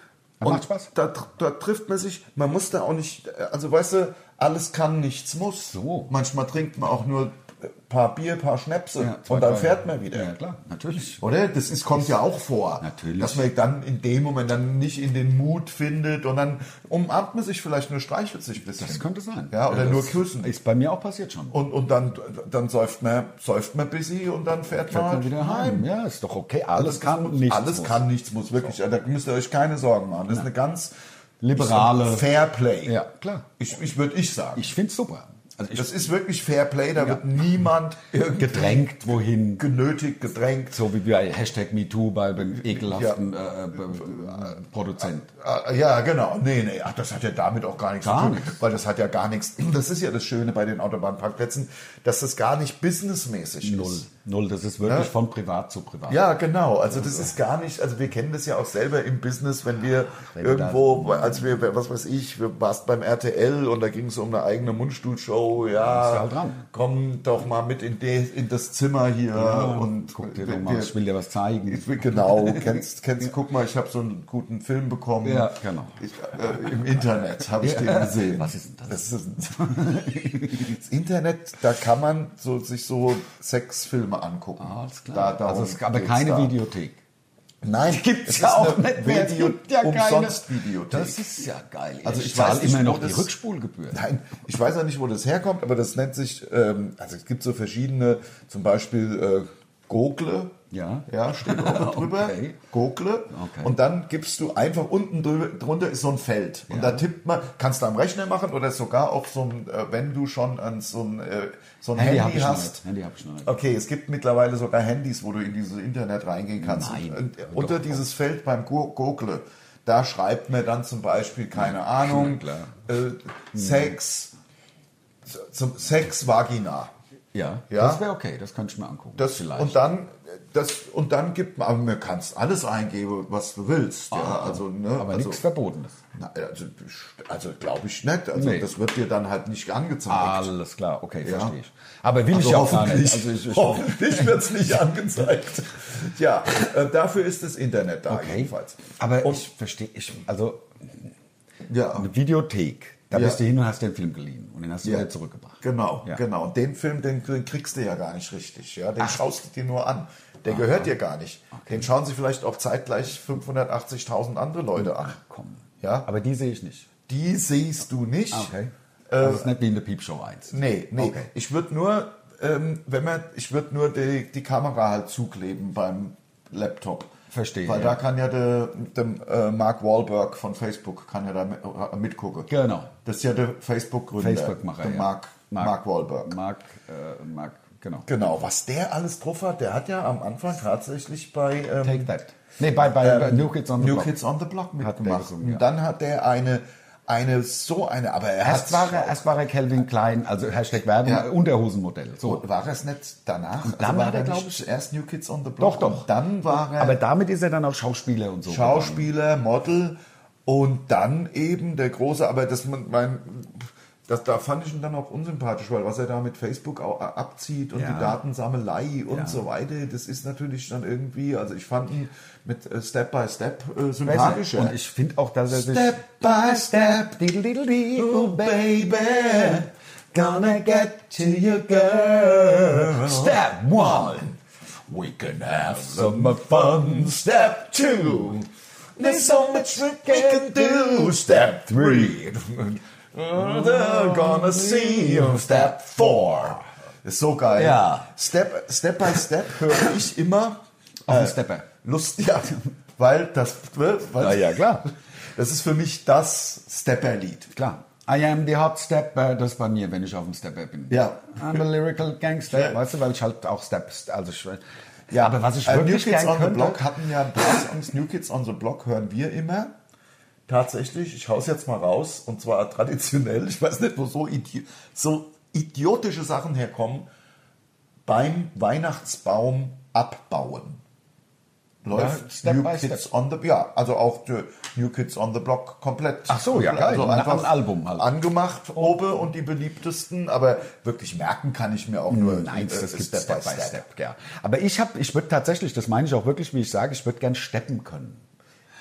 [SPEAKER 4] Ja, macht Spaß.
[SPEAKER 3] Da, tr- da trifft man sich, man muss da auch nicht, also weißt du, alles kann, nichts muss.
[SPEAKER 4] So.
[SPEAKER 3] Manchmal trinkt man auch nur ein paar Bier, ein paar Schnäpse
[SPEAKER 4] Ja, zwei,
[SPEAKER 3] und dann
[SPEAKER 4] drei.
[SPEAKER 3] fährt man wieder.
[SPEAKER 4] Ja, klar, natürlich.
[SPEAKER 3] Oder? Das ist, kommt ja auch vor.
[SPEAKER 4] Natürlich.
[SPEAKER 3] Dass man dann in dem Moment dann nicht in den Mut findet und dann umarmt man sich vielleicht nur, streichelt sich ein bisschen.
[SPEAKER 4] Das könnte sein.
[SPEAKER 3] Ja, oder
[SPEAKER 4] das
[SPEAKER 3] nur küssen.
[SPEAKER 4] Ist bei mir auch passiert schon.
[SPEAKER 3] Und, und dann, dann säuft man, säuft man busy und dann fährt man,
[SPEAKER 4] Fährt man
[SPEAKER 3] halt
[SPEAKER 4] wieder heim. Ja, ist doch okay. Alles
[SPEAKER 3] Also, Das
[SPEAKER 4] kann
[SPEAKER 3] muss,
[SPEAKER 4] nicht.
[SPEAKER 3] Alles kann, nichts muss, wirklich. Da müsst ihr euch keine Sorgen machen. Das ist eine ganz
[SPEAKER 4] Liberale-
[SPEAKER 3] Fairplay.
[SPEAKER 4] Ja, klar.
[SPEAKER 3] Ich, ich würde ich sagen.
[SPEAKER 4] Ich find's super. Also ich genau.
[SPEAKER 3] Das ist wirklich Fair Play, da wird niemand irgendwie
[SPEAKER 4] gedrängt wohin,
[SPEAKER 3] genötigt, gedrängt.
[SPEAKER 4] so wie bei Hashtag MeToo bei dem ekelhaften äh, äh, äh, Produzent.
[SPEAKER 3] Ah, Ja, genau. Nee, nee, ach, das hat ja damit auch gar nichts
[SPEAKER 4] Gar
[SPEAKER 3] zu tun.
[SPEAKER 4] nichts.
[SPEAKER 3] Weil das hat ja gar nichts. Das ist ja das Schöne bei den Autobahnparkplätzen, dass das gar nicht businessmäßig
[SPEAKER 4] Null,
[SPEAKER 3] ist.
[SPEAKER 4] null. Das ist wirklich von privat zu privat.
[SPEAKER 3] Ja, genau. Also das ist gar nicht, also wir kennen das ja auch selber im Business, wenn wir
[SPEAKER 4] wir da-
[SPEAKER 3] irgendwo, als wir, was weiß ich, wir warst beim RTL und da ging es um eine eigene Mundstuhlshow,
[SPEAKER 4] bist du
[SPEAKER 3] ja,
[SPEAKER 4] halt dran.
[SPEAKER 3] komm doch mal mit in, de, in das Zimmer hier und
[SPEAKER 4] Guck dir doch
[SPEAKER 3] wir-
[SPEAKER 4] mal,
[SPEAKER 3] wir-
[SPEAKER 4] ich will dir was zeigen.
[SPEAKER 3] Ich will- Genau, kennst, kennst, guck mal, ich habe so einen guten Film bekommen.
[SPEAKER 4] Ja, genau.
[SPEAKER 3] Ich, äh, Im Internet habe ich den gesehen.
[SPEAKER 4] Was ist denn das?
[SPEAKER 3] Das, ist, das Internet, da kann man so, sich so Sexfilme angucken.
[SPEAKER 4] Alles klar.
[SPEAKER 3] Da, darum
[SPEAKER 4] also es gab aber
[SPEAKER 3] geht's
[SPEAKER 4] keine
[SPEAKER 3] da.
[SPEAKER 4] Videothek.
[SPEAKER 3] Nein,
[SPEAKER 4] Die gibt's
[SPEAKER 3] es
[SPEAKER 4] ja
[SPEAKER 3] ist
[SPEAKER 4] auch
[SPEAKER 3] eine
[SPEAKER 4] nicht mehr. Es
[SPEAKER 3] Video,
[SPEAKER 4] gibt ja keine-
[SPEAKER 3] umsonst Videothek.
[SPEAKER 4] Das ist ja geil.
[SPEAKER 3] Also
[SPEAKER 4] ich
[SPEAKER 3] ich weiß
[SPEAKER 4] zahle
[SPEAKER 3] nicht,
[SPEAKER 4] immer
[SPEAKER 3] wo
[SPEAKER 4] noch die
[SPEAKER 3] das-
[SPEAKER 4] Rückspulgebühr.
[SPEAKER 3] Nein, ich weiß ja nicht, wo das herkommt, aber das nennt sich, ähm, also es gibt so verschiedene, zum Beispiel äh, Gogle.
[SPEAKER 4] Ja.
[SPEAKER 3] Ja, steht oben drüber.
[SPEAKER 4] Okay.
[SPEAKER 3] Gogle.
[SPEAKER 4] Okay.
[SPEAKER 3] Und dann gibst du einfach unten drü- drunter ist so ein Feld. Und da tippt man, kannst du am Rechner machen oder sogar auf so ein, äh, wenn du schon an so ein, äh, so ein Handy,
[SPEAKER 4] hab ich noch
[SPEAKER 3] hast.
[SPEAKER 4] nicht. Handy hab ich noch nicht.
[SPEAKER 3] Okay, es gibt mittlerweile sogar Handys, wo du in dieses Internet reingehen kannst.
[SPEAKER 4] Nein.
[SPEAKER 3] Und, äh, unter dieses Feld beim Go- Google, da schreibt man dann zum Beispiel, keine Ahnung,
[SPEAKER 4] klar.
[SPEAKER 3] äh, Sex, zum Sex Vagina.
[SPEAKER 4] Ja,
[SPEAKER 3] Ja.
[SPEAKER 4] das wäre okay, das könnte ich mir angucken.
[SPEAKER 3] Das, und dann äh, das und dann gibt man, aber man kannst alles eingeben, was du willst. ja, also, ne,
[SPEAKER 4] Ah, aber
[SPEAKER 3] also,
[SPEAKER 4] nichts Verbotenes.
[SPEAKER 3] na, also, also glaube ich nicht. Also
[SPEAKER 4] Nee. Ah,
[SPEAKER 3] das wird dir dann halt nicht angezeigt.
[SPEAKER 4] Alles klar, okay,
[SPEAKER 3] Ja.
[SPEAKER 4] verstehe ich. Aber will
[SPEAKER 3] Also
[SPEAKER 4] ich auch gar
[SPEAKER 3] hoffentlich
[SPEAKER 4] nicht. Also ich, ich,
[SPEAKER 3] hoffentlich wird es nicht angezeigt. Ja, äh, dafür ist das Internet da jedenfalls.
[SPEAKER 4] Aber ich verstehe, ich, also
[SPEAKER 3] Ja,
[SPEAKER 4] eine Videothek, da
[SPEAKER 3] Ja.
[SPEAKER 4] bist du hin und hast den Film geliehen und den hast du
[SPEAKER 3] ja.
[SPEAKER 4] wieder zurückgebracht.
[SPEAKER 3] Genau,
[SPEAKER 4] Ja.
[SPEAKER 3] genau. Und den Film, den, den kriegst du ja gar nicht richtig. Ja, den schaust du dir nur an. Der gehört dir gar nicht. Den schauen sie vielleicht auch zeitgleich 580.000 andere Leute an.
[SPEAKER 4] Komm.
[SPEAKER 3] Ja,
[SPEAKER 4] Aber die sehe ich nicht.
[SPEAKER 3] die siehst du nicht.
[SPEAKER 4] Das ist nicht wie in der Piepshow 1.
[SPEAKER 3] Äh, Nee, nee.
[SPEAKER 4] Okay.
[SPEAKER 3] Ich würde nur, ähm, wenn man, ich würde nur die, die Kamera halt zukleben beim Laptop.
[SPEAKER 4] Verstehe,
[SPEAKER 3] Weil
[SPEAKER 4] ja.
[SPEAKER 3] da kann ja der, der äh, Mark Wahlberg von Facebook kann ja da mit, äh, mitgucken.
[SPEAKER 4] Genau.
[SPEAKER 3] Das ist ja der Facebook-Gründer.
[SPEAKER 4] Facebook-Macher,
[SPEAKER 3] Der
[SPEAKER 4] ja.
[SPEAKER 3] Mark, Mark, Wahlberg.
[SPEAKER 4] Mark, äh, Mark, genau.
[SPEAKER 3] Genau, was der alles drauf hat, der hat ja am Anfang tatsächlich bei ähm,
[SPEAKER 4] Take that. Nee, bei, bei, bei New Kids on the
[SPEAKER 3] New
[SPEAKER 4] Block.
[SPEAKER 3] Kids on the Block
[SPEAKER 4] der
[SPEAKER 3] mitgemacht.
[SPEAKER 4] gesungen, ja.
[SPEAKER 3] Und dann hat der eine, eine so eine, aber er
[SPEAKER 4] Erst war,
[SPEAKER 3] hat
[SPEAKER 4] er, erst war er Calvin Klein, also Hashtag Werbung,
[SPEAKER 3] Ja.
[SPEAKER 4] Unterhosenmodell. So.
[SPEAKER 3] War es nicht danach? Also
[SPEAKER 4] dann
[SPEAKER 3] war
[SPEAKER 4] hat er,
[SPEAKER 3] der,
[SPEAKER 4] glaub
[SPEAKER 3] nicht erst New Kids on the Block.
[SPEAKER 4] Doch, doch.
[SPEAKER 3] Und dann war er
[SPEAKER 4] Aber damit ist er dann auch Schauspieler und so.
[SPEAKER 3] Schauspieler, Model und dann eben der große, aber das man- mein das, da fand ich ihn dann auch unsympathisch, weil was er da mit Facebook au- abzieht und
[SPEAKER 4] Ja.
[SPEAKER 3] die Datensammelei und
[SPEAKER 4] Ja.
[SPEAKER 3] so weiter, das ist natürlich dann irgendwie, also ich fand ihn mit äh, Step by Step äh, sympathischer.
[SPEAKER 4] Und ich finde auch, dass er sich...
[SPEAKER 3] Step by Step,
[SPEAKER 4] Diddle diddle dee.
[SPEAKER 3] oh baby, gonna get to your girl.
[SPEAKER 4] Step one.
[SPEAKER 3] We can have some fun. Step two. There's so much we can do. Step three. They're gonna see you. Step four. Ist so geil.
[SPEAKER 4] Ja.
[SPEAKER 3] Step, step by step höre ich immer äh,
[SPEAKER 4] Auf den Stepper.
[SPEAKER 3] Lust, ja, weil das, ne, weil,
[SPEAKER 4] Na ja, klar.
[SPEAKER 3] Das ist für mich das Stepper-Lied.
[SPEAKER 4] Klar. I am the hot stepper, das ist bei mir, wenn ich auf dem Stepper bin.
[SPEAKER 3] Ja.
[SPEAKER 4] I'm a lyrical gangster,
[SPEAKER 3] Ja.
[SPEAKER 4] weißt du, weil ich halt auch Steps, also ich, ja, aber was ich
[SPEAKER 3] äh, New
[SPEAKER 4] wirklich
[SPEAKER 3] Kids
[SPEAKER 4] gern
[SPEAKER 3] on the
[SPEAKER 4] könnte,
[SPEAKER 3] Block hatten ja ein paar Songs. New Kids on the Block hören wir immer. Tatsächlich, ich hau's jetzt mal raus und zwar traditionell. Ich weiß nicht, wo so, idi so idiotische Sachen herkommen. Beim Weihnachtsbaum abbauen läuft
[SPEAKER 4] Ja, Step
[SPEAKER 3] New
[SPEAKER 4] by
[SPEAKER 3] Kids on the ja, also auch die New Kids on the Block komplett.
[SPEAKER 4] Ach so, ja, geil.
[SPEAKER 3] Also
[SPEAKER 4] Ein
[SPEAKER 3] einfach
[SPEAKER 4] Album halt.
[SPEAKER 3] angemacht oben und die beliebtesten, aber wirklich merken kann ich mir auch nur
[SPEAKER 4] Nein,
[SPEAKER 3] äh,
[SPEAKER 4] Hm, das gibt Step, by Step. ja. Aber ich habe, ich würde tatsächlich, das meine ich auch wirklich, wie ich sage, ich würde gern steppen können.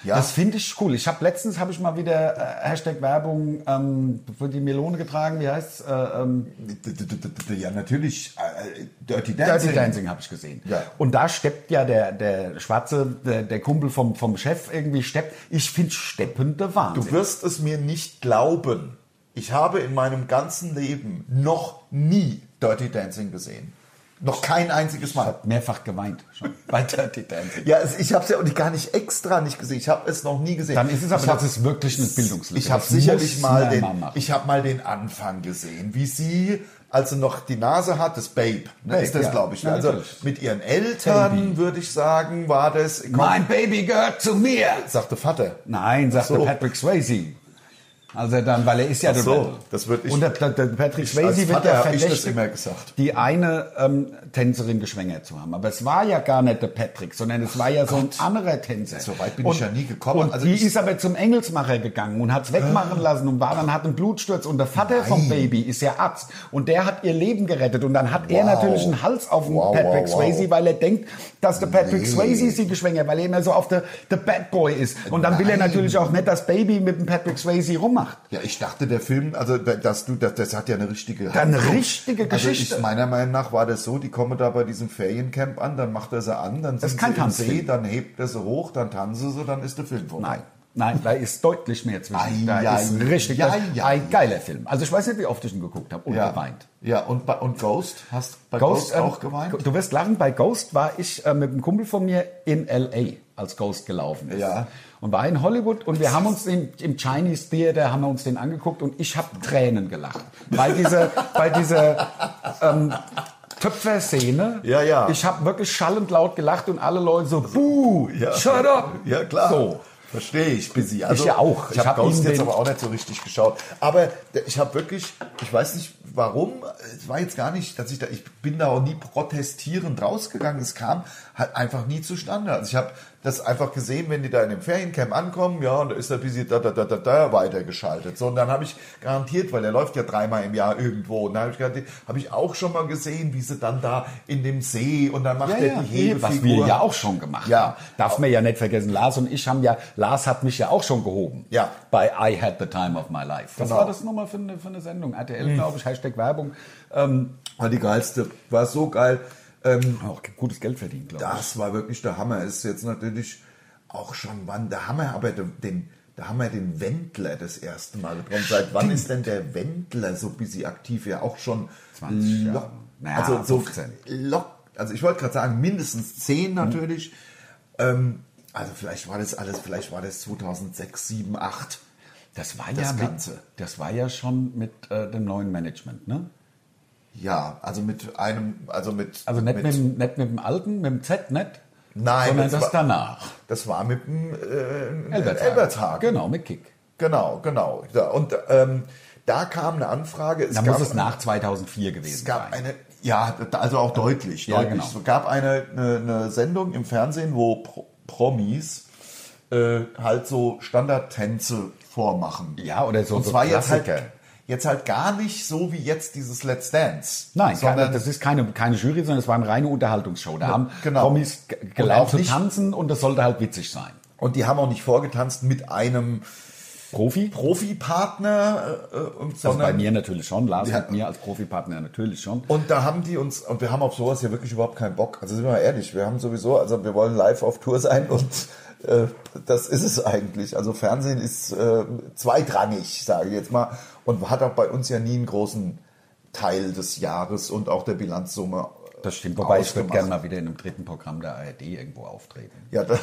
[SPEAKER 3] Ja.
[SPEAKER 4] Das finde ich cool. Ich habe letztens habe ich mal wieder äh, Hashtag Werbung ähm, für die Melone getragen. Wie heißt äh, ähm,
[SPEAKER 3] D- d- d- d- d- Ja, natürlich. äh, Dirty Dancing.
[SPEAKER 4] Dirty Dancing habe ich gesehen.
[SPEAKER 3] Ja.
[SPEAKER 4] Und da steppt ja der der Schwarze, der, der Kumpel vom vom Chef irgendwie steppt. Ich finde steppende Wahnsinn.
[SPEAKER 3] Du wirst es mir nicht glauben. Ich habe in meinem ganzen Leben noch nie Dirty Dancing gesehen. Noch kein einziges Mal.
[SPEAKER 4] Mehrfach geweint schon bei Dirty Dancing.
[SPEAKER 3] Ja, es, ich habe es ja gar nicht extra nicht gesehen. Ich habe es noch nie gesehen.
[SPEAKER 4] Dann ist es aber,
[SPEAKER 3] ich hab-
[SPEAKER 4] das ist wirklich eine Bildungslücke.
[SPEAKER 3] Ich habe
[SPEAKER 4] Das
[SPEAKER 3] sicherlich
[SPEAKER 4] muss
[SPEAKER 3] mal
[SPEAKER 4] man
[SPEAKER 3] den,
[SPEAKER 4] machen.
[SPEAKER 3] ich habe mal den Anfang gesehen, wie sie, als sie noch die Nase hat, das Babe, ne,
[SPEAKER 4] Babe,
[SPEAKER 3] ist das
[SPEAKER 4] ja.
[SPEAKER 3] glaube ich.
[SPEAKER 4] Ja,
[SPEAKER 3] also
[SPEAKER 4] natürlich.
[SPEAKER 3] mit ihren Eltern würde ich sagen, war das. Komm,
[SPEAKER 4] mein Baby gehört zu mir.
[SPEAKER 3] sagte Vater.
[SPEAKER 4] Nein, sagte
[SPEAKER 3] so.
[SPEAKER 4] Patrick Swayze. Also dann, weil er ist ja
[SPEAKER 3] Ach
[SPEAKER 4] der
[SPEAKER 3] so,
[SPEAKER 4] Rebel.
[SPEAKER 3] das würd ich-
[SPEAKER 4] Und der, der, der Patrick
[SPEAKER 3] Ich- als
[SPEAKER 4] Swayze wird
[SPEAKER 3] Vater
[SPEAKER 4] ja
[SPEAKER 3] hab ich das
[SPEAKER 4] verdächtigt,
[SPEAKER 3] immer gesagt.
[SPEAKER 4] die eine ähm, Tänzerin geschwängert zu haben. Aber es war ja gar nicht der Patrick, sondern es war ja so ein anderer Tänzer.
[SPEAKER 3] So weit bin ich ja nie gekommen.
[SPEAKER 4] Und
[SPEAKER 3] Also
[SPEAKER 4] die
[SPEAKER 3] ich-
[SPEAKER 4] ist aber zum Engelsmacher gegangen und hat's wegmachen lassen und war dann hat einen Blutsturz. Und der Vater vom Baby ist ja Arzt und der hat ihr Leben gerettet. Und dann hat er
[SPEAKER 3] Wow.
[SPEAKER 4] natürlich einen Hals auf den
[SPEAKER 3] Wow,
[SPEAKER 4] Patrick
[SPEAKER 3] wow, wow.
[SPEAKER 4] Swayze, weil er denkt, dass der Patrick
[SPEAKER 3] Nee.
[SPEAKER 4] Swayze sie geschwängert, hat, weil er immer so auf der der Bad Boy ist. Und dann will er
[SPEAKER 3] Nein.
[SPEAKER 4] natürlich auch nicht, dass Baby mit dem Patrick Swayze rummacht.
[SPEAKER 3] Ja, ich dachte, der Film, also dass du, das, das hat ja eine richtige.
[SPEAKER 4] Eine richtige
[SPEAKER 3] Also
[SPEAKER 4] Geschichte.
[SPEAKER 3] ich, meiner Meinung nach war das so, die kommen da bei diesem Feriencamp an, dann macht er sie an, dann
[SPEAKER 4] Das
[SPEAKER 3] sind
[SPEAKER 4] ist kein
[SPEAKER 3] sie im See,
[SPEAKER 4] Tanzfilm.
[SPEAKER 3] dann hebt er sie hoch, dann tanzen sie, dann ist der Film vorbei.
[SPEAKER 4] Nein. Nein, da ist deutlich mehr zwischen.
[SPEAKER 3] Ei,
[SPEAKER 4] da
[SPEAKER 3] ei,
[SPEAKER 4] ist richtig
[SPEAKER 3] ei,
[SPEAKER 4] das-
[SPEAKER 3] ei.
[SPEAKER 4] ein geiler Film. Also ich weiß nicht, wie oft ich ihn geguckt habe und
[SPEAKER 3] Ja.
[SPEAKER 4] geweint.
[SPEAKER 3] Ja, und, bei- und Ghost? Hast bei Ghost,
[SPEAKER 4] ähm,
[SPEAKER 3] auch geweint?
[SPEAKER 4] Du wirst lachen, bei Ghost war ich äh, mit einem Kumpel von mir in L.A., als Ghost gelaufen ist.
[SPEAKER 3] Ja.
[SPEAKER 4] Und war in Hollywood und wir haben uns den, im Chinese Theater haben wir uns den angeguckt und ich habe Tränen gelacht. Bei dieser, bei dieser ähm, Töpferszene.
[SPEAKER 3] Ja, ja. Also,
[SPEAKER 4] Ich habe wirklich schallend laut gelacht und alle Leute so, buh, shut up.
[SPEAKER 3] Ja, klar.
[SPEAKER 4] So.
[SPEAKER 3] Verstehe ich, Busy. Also,
[SPEAKER 4] Ich ja auch.
[SPEAKER 3] Ich
[SPEAKER 4] Ich
[SPEAKER 3] habe
[SPEAKER 4] hab
[SPEAKER 3] Ghost
[SPEAKER 4] ihn
[SPEAKER 3] jetzt
[SPEAKER 4] den-
[SPEAKER 3] aber auch nicht so richtig geschaut. Aber d- ich habe wirklich, ich weiß nicht warum, es war jetzt gar nicht, dass ich da, ich bin da auch nie protestierend rausgegangen. Es kam halt einfach nie zustande. Also ich habe das einfach gesehen, wenn die da in dem Feriencamp ankommen, ja, und da ist da Busy da, da, da, da, da weitergeschaltet. So, und dann habe ich garantiert, weil der läuft ja dreimal im Jahr irgendwo, und da habe ich garantiert, habe ich auch schon mal gesehen, wie sie dann da in dem See und dann macht
[SPEAKER 4] Ja,
[SPEAKER 3] er
[SPEAKER 4] ja,
[SPEAKER 3] die
[SPEAKER 4] eh,
[SPEAKER 3] Hebefigur.
[SPEAKER 4] was wir ja auch schon gemacht
[SPEAKER 3] Ja.
[SPEAKER 4] haben. Darf man ja nicht vergessen, Lars und ich haben ja, Lars hat mich ja auch schon gehoben.
[SPEAKER 3] Ja.
[SPEAKER 4] Bei I Had the Time of My Life. Was
[SPEAKER 3] Genau.
[SPEAKER 4] war das nochmal für eine, für eine Sendung? RTL, glaube ich, Hashtag Werbung. Ähm,
[SPEAKER 3] War die geilste, war so geil. Ähm,
[SPEAKER 4] auch gutes Geld verdient, glaube ich.
[SPEAKER 3] das war wirklich der Hammer. Ist jetzt natürlich auch schon wann der Hammer, aber den, den da haben wir den Wendler das erste Mal getroffen. Seit wann ist denn der Wendler so busy aktiv? Ja, auch schon
[SPEAKER 4] 20 Jahre.
[SPEAKER 3] lock-
[SPEAKER 4] Naja,
[SPEAKER 3] also so
[SPEAKER 4] 15.
[SPEAKER 3] lock, also ich wollte gerade sagen, mindestens 10
[SPEAKER 4] Mhm.
[SPEAKER 3] natürlich. Ähm, also vielleicht war das alles, vielleicht war das 2006, 7, 8.
[SPEAKER 4] Das war
[SPEAKER 3] Das
[SPEAKER 4] ja
[SPEAKER 3] Ganze.
[SPEAKER 4] Mit, das war ja schon mit äh, dem neuen Management, ne?
[SPEAKER 3] Ja, also mit einem, also mit
[SPEAKER 4] Also nicht mit, dem, nicht mit dem alten, mit dem Z, nicht?
[SPEAKER 3] Nein,
[SPEAKER 4] sondern
[SPEAKER 3] das
[SPEAKER 4] das,
[SPEAKER 3] war-
[SPEAKER 4] danach.
[SPEAKER 3] das war mit dem äh,
[SPEAKER 4] Elbertshagen.
[SPEAKER 3] Elbertshagen.
[SPEAKER 4] Genau, mit Kick.
[SPEAKER 3] Genau, genau. Ja, und ähm, da kam eine Anfrage. Es
[SPEAKER 4] Da
[SPEAKER 3] gab,
[SPEAKER 4] muss es nach 2004 gewesen
[SPEAKER 3] Es gab
[SPEAKER 4] sein.
[SPEAKER 3] eine, ja, da- also auch deutlich.
[SPEAKER 4] Ja,
[SPEAKER 3] deutlich.
[SPEAKER 4] genau.
[SPEAKER 3] Es gab eine, eine, eine Sendung im Fernsehen, wo Pro Promis äh, halt so Standardtänze vormachen.
[SPEAKER 4] Ja, oder so-
[SPEAKER 3] Und
[SPEAKER 4] so
[SPEAKER 3] zwar jetzt halt,
[SPEAKER 4] Klassiker.
[SPEAKER 3] jetzt halt gar nicht so wie jetzt dieses Let's Dance.
[SPEAKER 4] Nein, keine,
[SPEAKER 3] sondern
[SPEAKER 4] das ist keine, keine Jury, sondern es war eine reine Unterhaltungsshow. Da haben
[SPEAKER 3] genau.
[SPEAKER 4] Promis g-
[SPEAKER 3] Und
[SPEAKER 4] gelernt
[SPEAKER 3] auch
[SPEAKER 4] zu
[SPEAKER 3] nicht-
[SPEAKER 4] tanzen und das sollte halt witzig sein.
[SPEAKER 3] und die haben auch nicht vorgetanzt mit einem
[SPEAKER 4] Profi?
[SPEAKER 3] Profipartner, äh, und
[SPEAKER 4] Also bei
[SPEAKER 3] sondern
[SPEAKER 4] mir natürlich schon, Lars
[SPEAKER 3] Ja.
[SPEAKER 4] mit mir als Profipartner natürlich schon.
[SPEAKER 3] Und da haben die uns, und wir haben auf sowas ja wirklich überhaupt keinen Bock. Also sind wir mal ehrlich, wir haben sowieso, also wir wollen live auf Tour sein und äh, das ist es eigentlich. Also Fernsehen ist äh, zweitrangig, sage ich jetzt mal. Und hat auch bei uns ja nie einen großen Teil des Jahres und auch der Bilanzsumme.
[SPEAKER 4] Das stimmt, wobei ich würde
[SPEAKER 3] ausgemacht.
[SPEAKER 4] gerne mal wieder in einem dritten Programm der ARD irgendwo auftreten.
[SPEAKER 3] Ja, das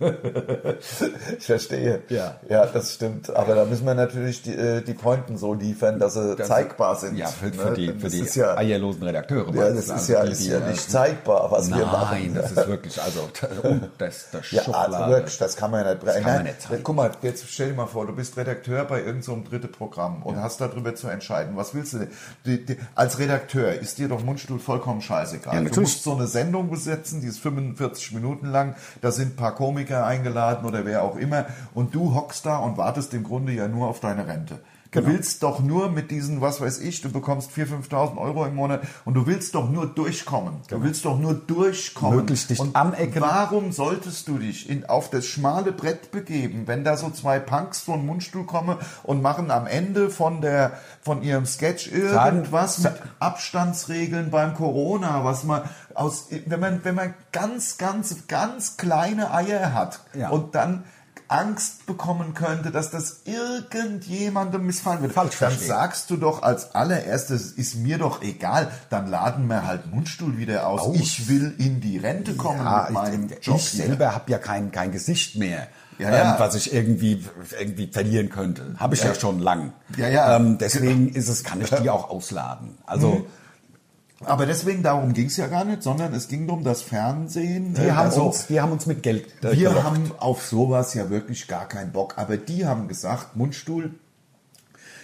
[SPEAKER 3] ich verstehe.
[SPEAKER 4] Ja.
[SPEAKER 3] ja, das stimmt. Aber da müssen wir natürlich die, äh, die Pointen so liefern, dass sie zeigbar sind.
[SPEAKER 4] Ja, für, für
[SPEAKER 3] ne?
[SPEAKER 4] die, für
[SPEAKER 3] das
[SPEAKER 4] die
[SPEAKER 3] ist ja,
[SPEAKER 4] eierlosen Redakteure.
[SPEAKER 3] ja,
[SPEAKER 4] meinst
[SPEAKER 3] das
[SPEAKER 4] du? Also
[SPEAKER 3] ist ja,
[SPEAKER 4] die,
[SPEAKER 3] ist
[SPEAKER 4] die,
[SPEAKER 3] ja
[SPEAKER 4] äh,
[SPEAKER 3] nicht zeigbar, was wir machen.
[SPEAKER 4] Nein, das ist wirklich, also, und das, das
[SPEAKER 3] Ja, also
[SPEAKER 4] Schublade.
[SPEAKER 3] wirklich, das kann man ja nicht, das
[SPEAKER 4] kann man nicht zeigen.
[SPEAKER 3] Guck mal, jetzt stell dir mal vor, du bist Redakteur bei irgendeinem so einem dritten Programm und hast darüber zu entscheiden, was willst du denn? Die, die, als Redakteur ist dir doch Mundstuhl vollkommen scheißegal.
[SPEAKER 4] Ja,
[SPEAKER 3] du
[SPEAKER 4] natürlich.
[SPEAKER 3] musst so eine Sendung besetzen, die ist 45 Minuten lang, da sind ein paar Komiker eingeladen oder wer auch immer und du hockst da und wartest im Grunde ja nur auf deine Rente. Du
[SPEAKER 4] Genau.
[SPEAKER 3] willst doch nur mit diesen, was weiß ich, du bekommst 4.000, 5.000 Euro im Monat und du willst doch nur durchkommen. Du willst doch nur durchkommen.
[SPEAKER 4] Genau. Möglichst dicht
[SPEAKER 3] und
[SPEAKER 4] anecken.
[SPEAKER 3] Warum solltest du dich in, auf das schmale Brett begeben, wenn da so zwei Punks von Mundstuhl kommen und machen am Ende von, der, von ihrem Sketch irgendwas mit Abstandsregeln beim Corona, was man aus, wenn man, wenn man ganz, ganz, ganz kleine Eier hat
[SPEAKER 4] Ja.
[SPEAKER 3] und dann Angst bekommen könnte, dass das irgendjemandem missfallen wird.
[SPEAKER 4] Falsch
[SPEAKER 3] dann
[SPEAKER 4] verstehen.
[SPEAKER 3] sagst du doch als allererstes, ist mir doch egal, dann laden wir halt einen Mundstuhl wieder aus.
[SPEAKER 4] Aus.
[SPEAKER 3] Ich will in die Rente kommen
[SPEAKER 4] Ja,
[SPEAKER 3] mit meinem
[SPEAKER 4] ich,
[SPEAKER 3] Job.
[SPEAKER 4] ich
[SPEAKER 3] hier.
[SPEAKER 4] selber habe ja kein, kein Gesicht mehr,
[SPEAKER 3] Ja,
[SPEAKER 4] ähm,
[SPEAKER 3] ja.
[SPEAKER 4] was ich irgendwie, irgendwie verlieren könnte. Habe ich ja.
[SPEAKER 3] Ja.
[SPEAKER 4] schon lang.
[SPEAKER 3] Ja, ja. Mhm.
[SPEAKER 4] Ähm, deswegen ist es, kann ich die auch ausladen. Also
[SPEAKER 3] Aber deswegen, darum ging es ja gar nicht, sondern es ging darum, das Fernsehen.
[SPEAKER 4] die,
[SPEAKER 3] äh,
[SPEAKER 4] haben
[SPEAKER 3] also,
[SPEAKER 4] uns, die haben uns mit Geld. äh,
[SPEAKER 3] Wir
[SPEAKER 4] gelockt.
[SPEAKER 3] haben auf sowas ja wirklich gar keinen Bock. Aber die haben gesagt, Mundstuhl,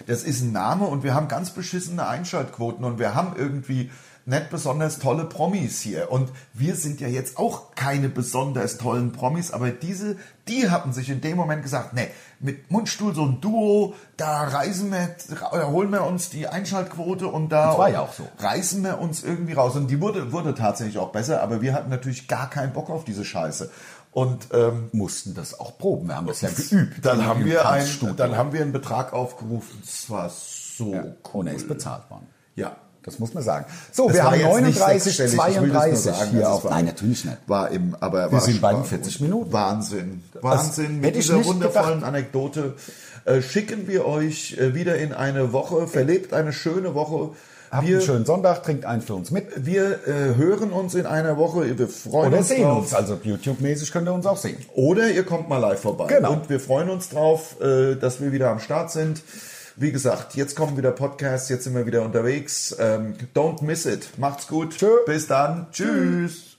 [SPEAKER 3] das ist ein Name und wir haben ganz beschissene Einschaltquoten und wir haben irgendwie nicht besonders tolle Promis hier. Und wir sind ja jetzt auch keine besonders tollen Promis, aber diese, die haben sich in dem Moment gesagt, nee, mit Mundstuhl so ein Duo, da reisen wir, da holen wir uns die Einschaltquote und da
[SPEAKER 4] Das war ja auch so.
[SPEAKER 3] reißen wir uns irgendwie raus. Und die wurde, wurde tatsächlich auch besser, aber wir hatten natürlich gar keinen Bock auf diese Scheiße. Und ähm,
[SPEAKER 4] mussten das auch proben. Wir haben das ja geübt.
[SPEAKER 3] Dann haben, wir ein,
[SPEAKER 4] einen.
[SPEAKER 3] dann haben wir einen Betrag aufgerufen. Das war so
[SPEAKER 4] ja.
[SPEAKER 3] cool.
[SPEAKER 4] Und er Oh, ist bezahlt worden.
[SPEAKER 3] Ja.
[SPEAKER 4] Das muss man sagen. So,
[SPEAKER 3] Das
[SPEAKER 4] wir
[SPEAKER 3] war
[SPEAKER 4] haben
[SPEAKER 3] jetzt nicht
[SPEAKER 4] 39,
[SPEAKER 3] sechsstellig, ich will das nur
[SPEAKER 4] 32
[SPEAKER 3] sagen,
[SPEAKER 4] hier
[SPEAKER 3] das
[SPEAKER 4] auf.
[SPEAKER 3] war-
[SPEAKER 4] Nein, natürlich nicht.
[SPEAKER 3] War im, aber war
[SPEAKER 4] Wir sind bei den
[SPEAKER 3] war
[SPEAKER 4] 40
[SPEAKER 3] gut.
[SPEAKER 4] Minuten.
[SPEAKER 3] Wahnsinn. Wahnsinn. Mit
[SPEAKER 4] hätte ich
[SPEAKER 3] dieser
[SPEAKER 4] nicht
[SPEAKER 3] wundervollen Anekdote äh, schicken wir euch äh, wieder in eine Woche. Verlebt eine schöne Woche.
[SPEAKER 4] Habt
[SPEAKER 3] wir
[SPEAKER 4] einen schönen Sonntag, trinkt einen für uns mit.
[SPEAKER 3] wir äh, hören uns in einer Woche. Wir freuen
[SPEAKER 4] Oder
[SPEAKER 3] uns
[SPEAKER 4] sehen
[SPEAKER 3] drauf.
[SPEAKER 4] uns. Also YouTube-mäßig könnt ihr uns auch sehen.
[SPEAKER 3] Oder ihr kommt mal live vorbei.
[SPEAKER 4] Genau.
[SPEAKER 3] Und wir freuen uns drauf, äh, dass wir wieder am Start sind. Wie gesagt, jetzt kommen wieder Podcasts, jetzt sind wir wieder unterwegs. Ähm, Don't miss it. Macht's gut.
[SPEAKER 4] Tschö.
[SPEAKER 3] Bis dann. Tschüss.